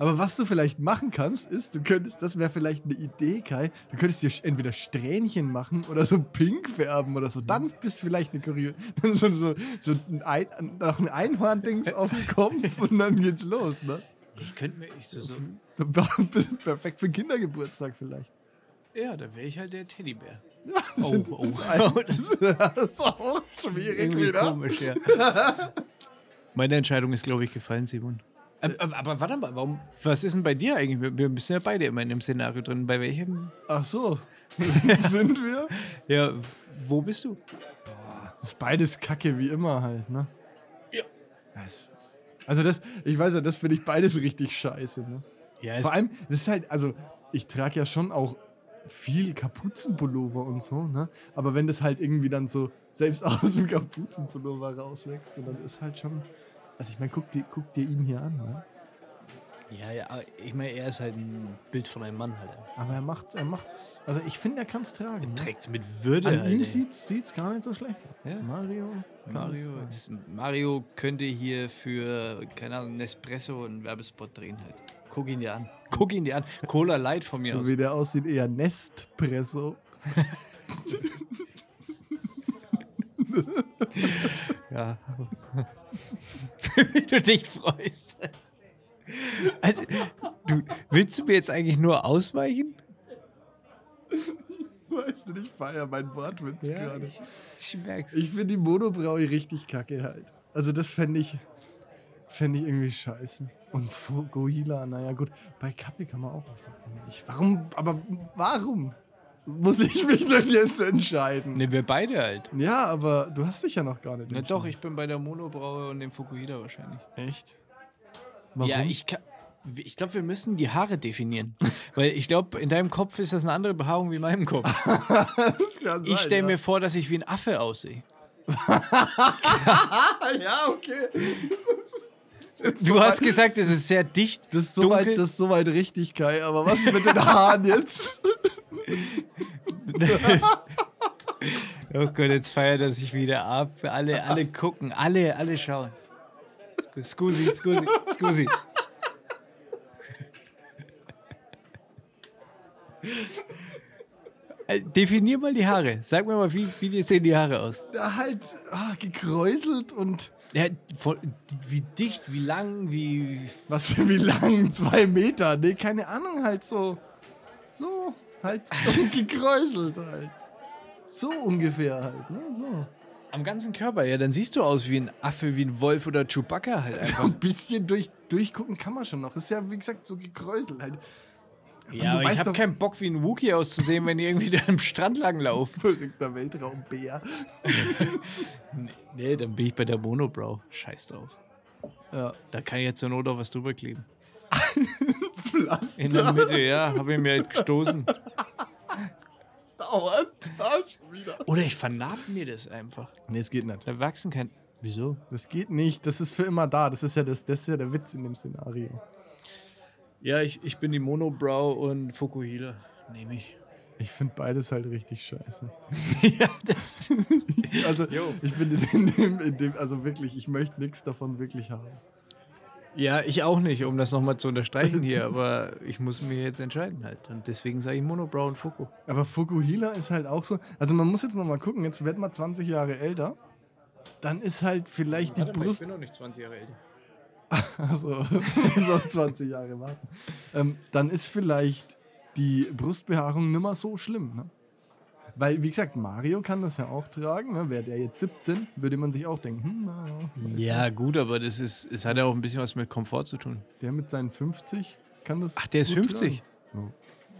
[SPEAKER 2] Aber was du vielleicht machen kannst, ist, du könntest, das wäre vielleicht eine Idee, Kai, du könntest dir sch- entweder Strähnchen machen oder so pink färben oder so. Dann bist du vielleicht eine Kurier. so, so, so ein, ein, noch ein Einhorn-Dings auf dem Kopf und dann geht's los, ne?
[SPEAKER 1] Ich könnte mir ich so, so.
[SPEAKER 2] Dann bist du Perfekt für Kindergeburtstag vielleicht.
[SPEAKER 1] Ja, da wäre ich halt der Teddybär.
[SPEAKER 2] Ja, das
[SPEAKER 1] Oh, oh.
[SPEAKER 2] ist ein- Das ist, das ist auch schwierig
[SPEAKER 1] Irgendwie
[SPEAKER 2] wieder.
[SPEAKER 1] komisch, ja. Meine Entscheidung ist, glaube ich, gefallen, Simon. Aber, aber, aber warte mal, warum, was ist denn bei dir eigentlich? Wir, wir sind ja beide immer in dem Szenario drin. Bei welchem?
[SPEAKER 2] Ach so. Sind wir?
[SPEAKER 1] Ja, wo bist du?
[SPEAKER 2] Das ist beides Kacke wie immer halt, ne? Ja. Das, also das, ich weiß ja, das finde ich beides richtig scheiße, ne?
[SPEAKER 1] Ja, es,
[SPEAKER 2] Vor allem, das ist halt, also ich trage ja schon auch viel Kapuzenpullover und so, ne? Aber wenn das halt irgendwie dann so selbst aus dem Kapuzenpullover rauswächst, und dann ist halt schon. Also ich meine, guck dir, guck dir ihn hier an, ne?
[SPEAKER 1] ja, ja, aber ich meine, er ist halt ein Bild von einem Mann halt.
[SPEAKER 2] Aber er macht's, er macht's. Also ich finde, er kann's tragen. Ne?
[SPEAKER 1] Trägt es mit Würde.
[SPEAKER 2] An
[SPEAKER 1] halt,
[SPEAKER 2] ihm
[SPEAKER 1] ey.
[SPEAKER 2] sieht's, sieht's gar nicht so schlecht.
[SPEAKER 1] Ja.
[SPEAKER 2] Mario.
[SPEAKER 1] Mario, ist, Mario könnte hier für, keine Ahnung, Nespresso einen Werbespot drehen halt. Guck ihn dir an. Guck ihn dir an. Cola Light von mir
[SPEAKER 2] So
[SPEAKER 1] aus.
[SPEAKER 2] wie der aussieht, eher Nestpresso.
[SPEAKER 1] Ja. Wie du dich freust. Also, du, willst du mir jetzt eigentlich nur ausweichen?
[SPEAKER 2] Weißt du, ich feier meinen Wortwitz gerade.
[SPEAKER 1] ich, ich merk's.
[SPEAKER 2] Ich finde die Monobraue richtig kacke halt. Also das fände ich, fänd ich irgendwie scheiße. Und Fu- Goila, naja gut, bei Kappe kann man auch aufsetzen. Ich, warum, aber warum muss ich mich denn jetzt entscheiden?
[SPEAKER 1] Ne, wir beide halt.
[SPEAKER 2] Ja, aber du hast dich ja noch gar nicht
[SPEAKER 1] Na doch, ich
[SPEAKER 2] entschieden.
[SPEAKER 1] bin bei der Monobraue und dem Fukuhida wahrscheinlich.
[SPEAKER 2] Echt? Warum?
[SPEAKER 1] Ja, ich kann. Ich glaube, wir müssen die Haare definieren. Weil ich glaube, in deinem Kopf ist das eine andere Behaarung wie in meinem Kopf.
[SPEAKER 2] Das kann sein,
[SPEAKER 1] Ich stelle
[SPEAKER 2] ja.
[SPEAKER 1] mir vor, dass ich wie ein Affe aussehe.
[SPEAKER 2] Ah, ja, okay.
[SPEAKER 1] Du hast gesagt, es ist sehr dicht.
[SPEAKER 2] Das ist
[SPEAKER 1] dunkel.
[SPEAKER 2] soweit, das ist soweit richtig, Kai, aber was mit den Haaren jetzt?
[SPEAKER 1] Oh Gott, jetzt feiert er sich wieder ab. Alle, alle gucken, alle, alle schauen. Scu- Scusi, scusi, scusi. Äh, Definier mal die Haare. Sag mir mal, wie, wie sehen die Haare aus?
[SPEAKER 2] Da halt ah, gekräuselt und
[SPEAKER 1] Ja, voll, wie dicht, wie lang, wie.
[SPEAKER 2] was für wie lang? Zwei Meter? Nee, keine Ahnung, halt so. So, halt und gekräuselt halt. So ungefähr halt, ne? So.
[SPEAKER 1] Am ganzen Körper, ja, dann siehst du aus wie ein Affe, wie ein Wolf oder Chewbacca halt einfach.
[SPEAKER 2] Also Ein bisschen durch, durchgucken kann man schon noch. Ist ja, wie gesagt, so gekräuselt halt.
[SPEAKER 1] Ja,
[SPEAKER 2] Du
[SPEAKER 1] aber ich
[SPEAKER 2] weißt
[SPEAKER 1] habe
[SPEAKER 2] doch-
[SPEAKER 1] keinen Bock, wie ein Wookie auszusehen, wenn die irgendwie da am Strand langlaufen.
[SPEAKER 2] Verrückter Weltraumbär.
[SPEAKER 1] Nee, dann bin ich bei der Monobrow. Scheiß drauf.
[SPEAKER 2] Ja,
[SPEAKER 1] Da kann ich jetzt zur Not auch was drüber kleben. In der
[SPEAKER 2] Pflaster
[SPEAKER 1] Mitte, ja, habe ich mir halt gestoßen.
[SPEAKER 2] dauernd. da schon wieder.
[SPEAKER 1] Oder ich vernarb mir das einfach.
[SPEAKER 2] Nee, es geht nicht.
[SPEAKER 1] Da wachsen kein. Wieso?
[SPEAKER 2] Das geht nicht, das ist für immer da. Das ist ja, das, das ist ja der Witz in dem Szenario.
[SPEAKER 1] Ja, ich, ich bin die Monobrow und Fukuhila. Nehme ich.
[SPEAKER 2] Ich finde beides halt richtig scheiße.
[SPEAKER 1] ja, das.
[SPEAKER 2] Also, ich bin in dem, in dem, also wirklich, ich möchte nichts davon wirklich haben.
[SPEAKER 1] Ja, ich auch nicht, um das nochmal zu unterstreichen hier, aber ich muss mich jetzt entscheiden halt. Und deswegen sage ich Monobrow und Fuku.
[SPEAKER 2] Aber Fukuhila ist halt auch so. Also, man muss jetzt nochmal gucken, jetzt wird man 20 Jahre älter. Dann ist halt vielleicht die Brust.
[SPEAKER 1] noch nicht 20 Jahre älter.
[SPEAKER 2] Also, so 20 Jahre warten. Ähm, dann ist vielleicht die Brustbehaarung nimmer so schlimm, ne? Weil, wie gesagt, Mario kann das ja auch tragen. Ne? Wäre der jetzt 17, würde man sich auch denken, hm, na, na, ist
[SPEAKER 1] Ja, gut, aber das ist, es hat ja auch ein bisschen was mit Komfort zu tun.
[SPEAKER 2] Der mit seinen 50 kann das.
[SPEAKER 1] Ach, der ist
[SPEAKER 2] gut
[SPEAKER 1] 50?
[SPEAKER 2] Tragen. Ja.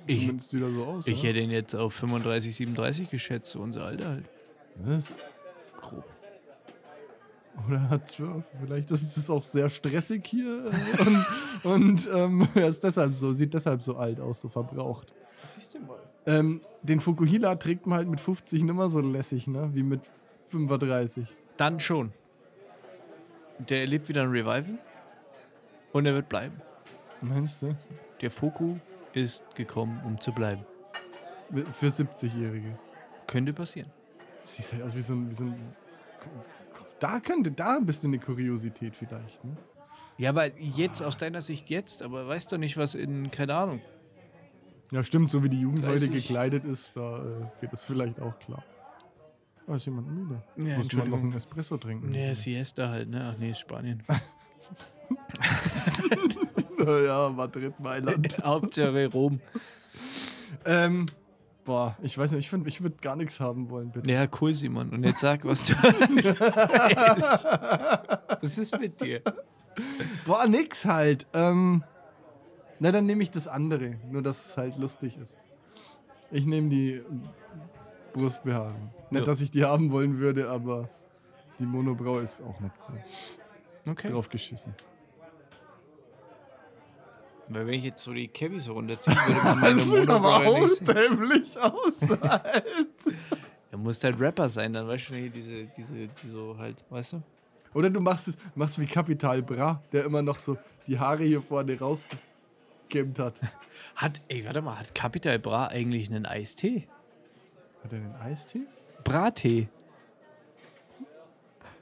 [SPEAKER 1] Ich,
[SPEAKER 2] Zumindest sieht er so aus.
[SPEAKER 1] ich
[SPEAKER 2] ja.
[SPEAKER 1] hätte ihn jetzt auf 35, 37 geschätzt, so unser Alter halt.
[SPEAKER 2] Was?
[SPEAKER 1] Grob.
[SPEAKER 2] Oder hat's, ja, vielleicht ist es auch sehr stressig hier äh, und, und ähm, er ist deshalb so, sieht deshalb so alt aus, so verbraucht.
[SPEAKER 3] Was ist denn mal?
[SPEAKER 2] Ähm, den Fukuhila trägt man halt mit 50 nimmer so lässig, ne? Wie mit 35.
[SPEAKER 1] Dann schon. Der erlebt wieder ein Revival. Und er wird bleiben.
[SPEAKER 2] Meinst du?
[SPEAKER 1] Der Foku ist gekommen, um zu bleiben.
[SPEAKER 2] Für 70-Jährige.
[SPEAKER 1] Könnte passieren.
[SPEAKER 2] Siehst halt aus wie so ein. Wie so ein da könnte, da bist du eine Kuriosität vielleicht, ne?
[SPEAKER 1] Ja, aber jetzt, aus deiner Sicht jetzt, aber weißt du nicht, was in, keine Ahnung.
[SPEAKER 2] Ja, stimmt, so wie die Jugend heute
[SPEAKER 1] 30.
[SPEAKER 2] gekleidet ist, da äh, geht das vielleicht auch klar. Oh, ist jemand
[SPEAKER 1] Ja,
[SPEAKER 2] müde? Muss man noch
[SPEAKER 1] Entschuldigung.
[SPEAKER 2] einen Espresso trinken?
[SPEAKER 1] Nee, Siesta halt, ne? Ach nee, ist Spanien.
[SPEAKER 2] naja, Madrid, Mailand.
[SPEAKER 1] Hauptsache Rom.
[SPEAKER 2] ähm, boah, ich weiß nicht, ich, find- ich würde gar nichts haben wollen, bitte.
[SPEAKER 1] Ja, cool, Simon. Und jetzt sag, was du. was ist mit dir?
[SPEAKER 2] Boah, nix halt. Ähm, na, dann nehme ich das andere, nur dass es halt lustig ist. Ich nehme die Brustbehaarung. Nicht,
[SPEAKER 1] Ja.
[SPEAKER 2] dass ich die haben wollen würde, aber die Monobrau ist auch nicht cool.
[SPEAKER 1] Okay.
[SPEAKER 2] Drauf geschissen.
[SPEAKER 1] Weil wenn ich jetzt so die Cabbies runterziehe, würde man meine Monobrille nicht sehen.
[SPEAKER 2] dämlich aus.
[SPEAKER 1] Er muss halt Rapper sein, dann weißt du, hier diese, diese, die so halt, weißt du?
[SPEAKER 2] Oder du machst es machst wie Capital Bra, der immer noch so die Haare hier vorne rausgekämmt hat.
[SPEAKER 1] Hat, ey, warte mal, hat Capital Bra eigentlich einen Eistee?
[SPEAKER 2] Hat er einen Eistee?
[SPEAKER 1] Brattee.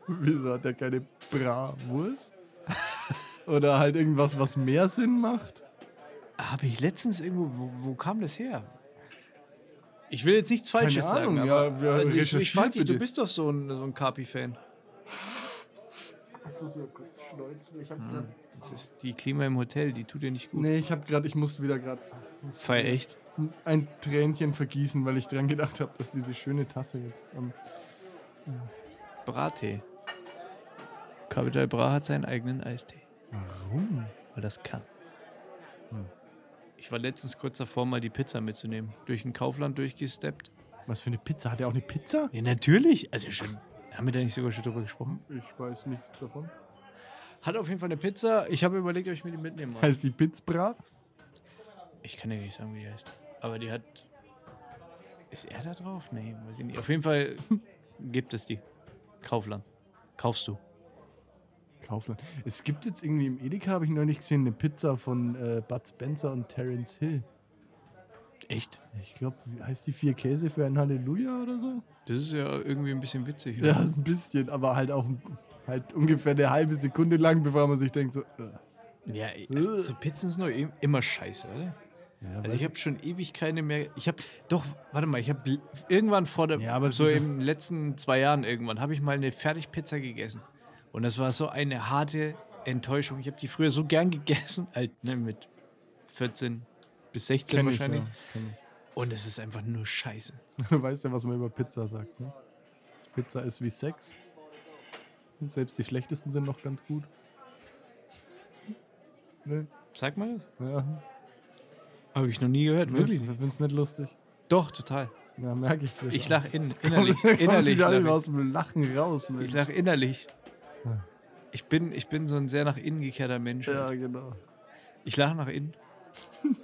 [SPEAKER 2] Wieso hat er keine Bra-Wurst? Oder halt irgendwas, was mehr Sinn macht?
[SPEAKER 1] Habe ich letztens irgendwo, wo, wo kam das her? Ich will jetzt nichts Falsches
[SPEAKER 2] Ahnung,
[SPEAKER 1] sagen,
[SPEAKER 2] ja,
[SPEAKER 1] aber,
[SPEAKER 2] wir
[SPEAKER 1] aber ich, ich
[SPEAKER 2] recherchiert
[SPEAKER 1] fand, die- du
[SPEAKER 2] bitte.
[SPEAKER 1] bist doch so ein, so ein Kapi-Fan. Das ist die Klima im Hotel, die tut dir nicht gut.
[SPEAKER 2] Nee, ich hab grad, ich musste wieder gerade
[SPEAKER 1] Fei echt.
[SPEAKER 2] ein Tränchen vergießen, weil ich dran gedacht habe, dass diese schöne Tasse jetzt. Ähm,
[SPEAKER 1] Brattee. Capital Bra hat seinen eigenen Eistee,
[SPEAKER 2] Warum?
[SPEAKER 1] weil das kann. Hm. Ich war letztens kurz davor, mal die Pizza mitzunehmen. Durch ein Kaufland durchgesteppt.
[SPEAKER 2] Was für eine Pizza? Hat er auch eine Pizza?
[SPEAKER 1] Ja, natürlich. Also schon. Haben wir da nicht sogar schon drüber gesprochen?
[SPEAKER 2] Ich weiß nichts davon.
[SPEAKER 1] Hat auf jeden Fall eine Pizza. Ich habe überlegt, ob ich mir die mitnehmen mag.
[SPEAKER 2] Heißt die Pizzbra?
[SPEAKER 1] Ich kann ja nicht sagen, wie die heißt. Aber die hat. Ist er da drauf? Nee, weiß ich nicht. Auf jeden Fall gibt es die. Kaufland. Kaufst du.
[SPEAKER 2] Kaufland. Es gibt jetzt irgendwie im Edeka, habe ich neulich gesehen, eine Pizza von äh, Bud Spencer und Terence Hill.
[SPEAKER 1] Echt?
[SPEAKER 2] Ich glaube, heißt die vier Käse für ein Halleluja oder so?
[SPEAKER 1] Das ist ja irgendwie ein bisschen witzig.
[SPEAKER 2] Ja, ein bisschen, aber halt auch halt ungefähr eine halbe Sekunde lang, bevor man sich denkt, so. äh.
[SPEAKER 1] ja also, so Pizzen sind doch eh- immer scheiße, oder? Also ich habe schon ewig keine mehr. Ich habe doch, warte mal, ich habe irgendwann vor der,
[SPEAKER 2] Ja, aber es
[SPEAKER 1] so
[SPEAKER 2] ist ja-
[SPEAKER 1] in den letzten zwei Jahren irgendwann, habe ich mal eine Fertigpizza gegessen. Und das war so eine harte Enttäuschung. Ich habe die früher so gern gegessen, halt ne, mit 14 bis 16
[SPEAKER 2] Kenn ich,
[SPEAKER 1] wahrscheinlich.
[SPEAKER 2] ja, kenn
[SPEAKER 1] Und es ist einfach nur scheiße.
[SPEAKER 2] ich. Du weißt ja, was man über Pizza sagt, ne? Dass Pizza ist wie Sex. Selbst die schlechtesten sind noch ganz gut. Ne?
[SPEAKER 1] Sag mal das.
[SPEAKER 2] Ja,
[SPEAKER 1] Habe ich noch nie gehört, wirklich.
[SPEAKER 2] Ich find's nicht lustig.
[SPEAKER 1] Doch, total.
[SPEAKER 2] Ja, merke ich. dir
[SPEAKER 1] Ich
[SPEAKER 2] schon.
[SPEAKER 1] lache in, innerlich.
[SPEAKER 2] Kommst du
[SPEAKER 1] innerlich
[SPEAKER 2] gar
[SPEAKER 1] lach
[SPEAKER 2] nicht
[SPEAKER 1] ich.
[SPEAKER 2] mehr aus dem Lachen raus. Mensch.
[SPEAKER 1] Ich lache innerlich.
[SPEAKER 2] Ja.
[SPEAKER 1] Ich bin, ich bin so ein sehr nach innen gekehrter Mensch.
[SPEAKER 2] Ja, genau.
[SPEAKER 1] Ich lache nach innen.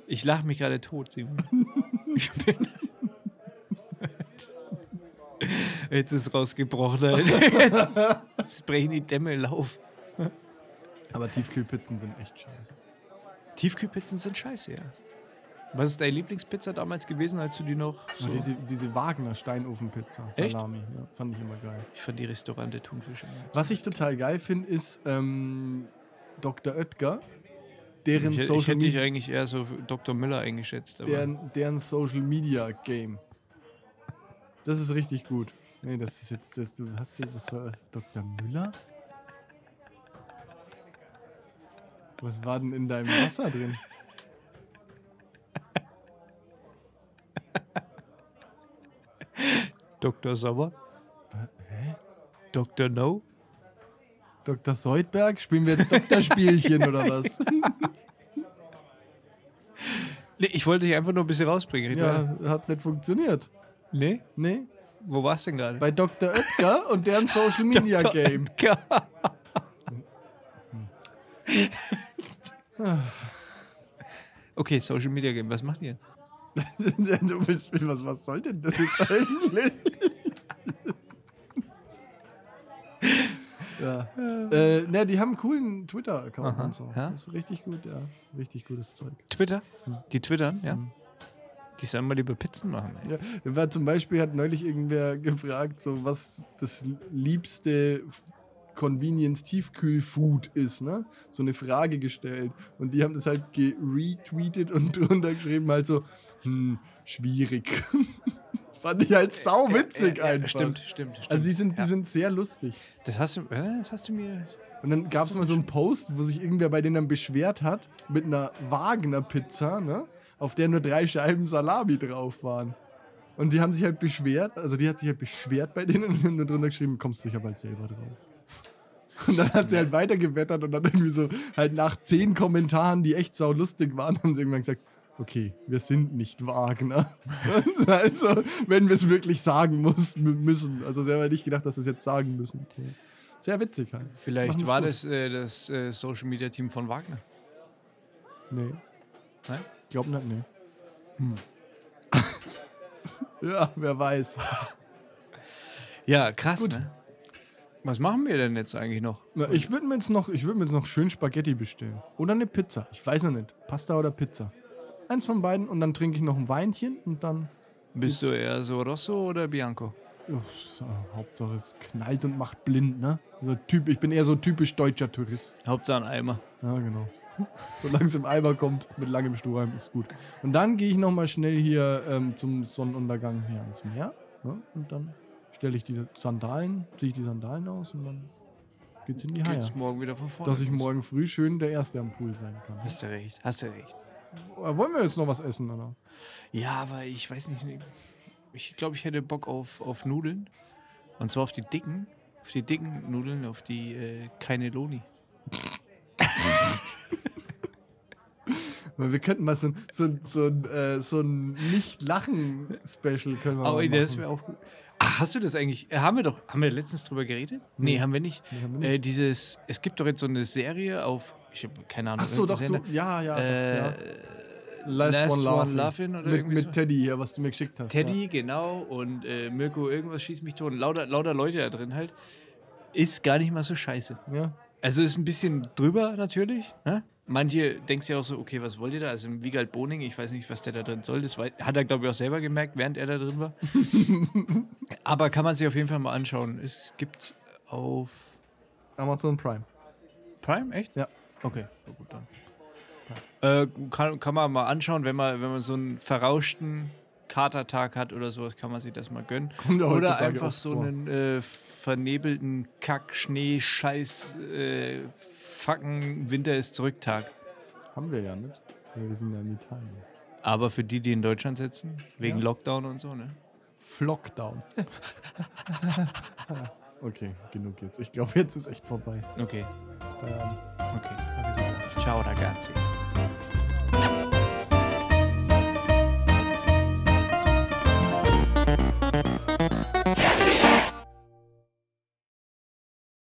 [SPEAKER 1] Ich lache mich gerade tot, Simon. Ich bin. Jetzt ist rausgebrochen. Alter. Jetzt, jetzt brechen die Dämme in Lauf.
[SPEAKER 2] Aber Tiefkühlpizzen sind echt scheiße.
[SPEAKER 1] Tiefkühlpizzen sind scheiße, ja. Was ist deine Lieblingspizza damals gewesen, als du die noch. So
[SPEAKER 2] Aber diese, diese Wagner Steinofenpizza,
[SPEAKER 1] Echt?
[SPEAKER 2] Salami, ja, fand ich immer geil.
[SPEAKER 1] ich fand die Restaurante Thunfisch immer.
[SPEAKER 2] Was ich total geil finde, ist ähm, Dr. Oetker, deren,
[SPEAKER 1] ich, ich
[SPEAKER 2] Social
[SPEAKER 1] hätte dich
[SPEAKER 2] Media,
[SPEAKER 1] eigentlich eher so für Dr. Müller eingeschätzt. Aber
[SPEAKER 2] deren, deren Social Media Game. Das ist richtig gut. Nee, das ist jetzt, das, du hast hier, was soll, Dr. Müller? Was war denn in deinem Wasser drin?
[SPEAKER 1] Dr. Sommer?
[SPEAKER 2] Hä?
[SPEAKER 1] Dr. No?
[SPEAKER 2] Dr. Seudberg? Spielen wir jetzt Doktorspielchen oder was?
[SPEAKER 1] Nee, ich wollte dich einfach nur ein bisschen rausbringen. Ritual.
[SPEAKER 2] Ja, hat nicht funktioniert.
[SPEAKER 1] Nee?
[SPEAKER 2] Nee,
[SPEAKER 1] Wo warst du denn gerade?
[SPEAKER 2] bei Dr. Oetker und deren Social Media
[SPEAKER 1] Dr.
[SPEAKER 2] Game.
[SPEAKER 1] Oetker. okay, Social Media Game, was macht ihr?
[SPEAKER 2] du bist, was, was soll denn das jetzt eigentlich? ja. Äh, na, die haben einen coolen Twitter-Account
[SPEAKER 1] Aha,
[SPEAKER 2] und so.
[SPEAKER 1] ja?
[SPEAKER 2] Das ist richtig gut, ja. Richtig gutes Zeug. Mhm.
[SPEAKER 1] Twitter? Die twittern, ja? Die sollen mal lieber Pizzen machen, ey.
[SPEAKER 2] Ja, war zum Beispiel hat neulich irgendwer gefragt, so was das liebste F- Convenience Tiefkühlfood ist, ne? So eine Frage gestellt und die haben das halt geretweetet und drunter geschrieben halt so hm, schwierig. Fand ich
[SPEAKER 1] Äh,
[SPEAKER 2] halt sau witzig
[SPEAKER 1] Ja, ja,
[SPEAKER 2] einfach.
[SPEAKER 1] Stimmt, stimmt, stimmt.
[SPEAKER 2] Also die sind die
[SPEAKER 1] ja.
[SPEAKER 2] sind sehr lustig.
[SPEAKER 1] Das hast du, äh, das hast du mir.
[SPEAKER 2] Und dann gab es mal so einen Post, wo sich irgendwer bei denen dann beschwert hat mit einer Wagner-Pizza, ne? auf der nur drei Scheiben Salami drauf waren. Und die haben sich halt beschwert, also die hat sich halt beschwert bei denen und haben nur drunter geschrieben, kommst sicher bald selber drauf. Und dann hat sie halt weitergewettert und dann irgendwie so, halt nach zehn Kommentaren, die echt sau lustig waren, haben sie irgendwann gesagt, okay, wir sind nicht Wagner. also, wenn wir es wirklich sagen muss, müssen. Also sie haben halt nicht gedacht, dass sie es jetzt sagen müssen. Sehr witzig halt. Machen
[SPEAKER 1] Vielleicht
[SPEAKER 2] es
[SPEAKER 1] war
[SPEAKER 2] gut.
[SPEAKER 1] das äh, das äh, Social Media Team von Wagner.
[SPEAKER 2] Nee.
[SPEAKER 1] Nein?
[SPEAKER 2] Glaub nicht, nee. Hm. ja, wer weiß.
[SPEAKER 1] Ja, krass. Ne? Was machen wir denn jetzt eigentlich noch?
[SPEAKER 2] Na, ich würde mir, jetzt noch- ich würd mir jetzt noch schön Spaghetti bestellen. Oder eine Pizza. Ich weiß noch nicht. Pasta oder Pizza. Eins von beiden und dann trinke ich noch ein Weinchen und dann.
[SPEAKER 1] Bist du eher so Rosso oder Bianco?
[SPEAKER 2] Uff, so, Hauptsache es knallt und macht blind, ne? So typ, ich bin eher so typisch deutscher Tourist.
[SPEAKER 1] Hauptsache ein Eimer.
[SPEAKER 2] Ja, genau. Solange es im Eimer kommt, mit langem Strohhalm ist gut. Und dann gehe ich nochmal schnell hier ähm, zum Sonnenuntergang hier ans Meer. Ne? Und dann stelle ich die Sandalen, ziehe ich die Sandalen aus und dann geht's in die Haie.
[SPEAKER 1] Geht's morgen wieder von vorne?
[SPEAKER 2] Ah, Dass ich
[SPEAKER 1] los?
[SPEAKER 2] morgen früh schön der Erste am Pool sein kann.
[SPEAKER 1] Hast du recht, hast du recht.
[SPEAKER 2] Äh, Wollen wir jetzt noch was essen, oder?
[SPEAKER 1] Ja, aber ich weiß nicht. Ich glaube, ich hätte Bock auf, auf Nudeln. Und zwar auf die dicken. Auf die dicken Nudeln, auf die äh, keine Loni.
[SPEAKER 2] Weil wir könnten mal so ein, so, ein- so, ein, äh, so ein Nicht-Lachen-Special können wir
[SPEAKER 1] Oh,
[SPEAKER 2] mal
[SPEAKER 1] ey, das
[SPEAKER 2] machen.
[SPEAKER 1] wäre auch gut. Ach, hast du das eigentlich? äh, Haben wir doch, haben wir letztens drüber geredet? Nee,
[SPEAKER 2] Nee.
[SPEAKER 1] haben wir nicht.
[SPEAKER 2] Nee, haben wir nicht.
[SPEAKER 1] Äh, dieses, es gibt doch jetzt so eine Serie auf, ich habe keine Ahnung.
[SPEAKER 2] Ach so, doch, du,
[SPEAKER 1] irgendein
[SPEAKER 2] ja, ja.
[SPEAKER 1] Sender.
[SPEAKER 2] ja.
[SPEAKER 1] Äh,
[SPEAKER 2] Last,
[SPEAKER 1] Last
[SPEAKER 2] One
[SPEAKER 1] One
[SPEAKER 2] Laughing.
[SPEAKER 1] Laughing oder
[SPEAKER 2] mit,
[SPEAKER 1] irgendwie
[SPEAKER 2] mit
[SPEAKER 1] so.
[SPEAKER 2] Teddy hier, was du mir geschickt hast.
[SPEAKER 1] Teddy, genau, und äh, Mirko, irgendwas schießt mich tot. Lauter, lauter Leute da drin halt. Ist gar nicht mal so scheiße.
[SPEAKER 2] Ja. ja.
[SPEAKER 1] Also ist ein bisschen drüber natürlich. Ne? Manche denken sich auch so, okay, was wollt ihr da? Also im Wiegald Boning, ich weiß nicht, was der da drin soll. Das wei- hat er, glaube ich, auch selber gemerkt, während er da drin war. Aber kann man sich auf jeden Fall mal anschauen. Es gibt's auf
[SPEAKER 2] Amazon Prime.
[SPEAKER 1] Prime, echt?
[SPEAKER 2] Ja.
[SPEAKER 1] Okay, na gut dann. Äh, kann, kann man mal anschauen, wenn man, wenn man so einen verrauschten Katertag hat oder sowas, kann man sich das mal gönnen.
[SPEAKER 2] Kommt ja
[SPEAKER 1] oder
[SPEAKER 2] heutzutage
[SPEAKER 1] einfach
[SPEAKER 2] oft
[SPEAKER 1] so
[SPEAKER 2] vor.
[SPEAKER 1] einen äh, vernebelten Kack-Schnee-Scheiß-Facken-Winter ist zurück-Tag.
[SPEAKER 2] Haben wir ja nicht. Wir sind ja in Italien.
[SPEAKER 1] Aber für die, die in Deutschland sitzen, wegen
[SPEAKER 2] Ja.
[SPEAKER 1] Lockdown und so, ne?
[SPEAKER 2] Flockdown. okay, genug jetzt. Ich glaube, jetzt ist echt vorbei.
[SPEAKER 1] Okay,
[SPEAKER 2] Feierabend.
[SPEAKER 1] okay. Ciao, ragazzi.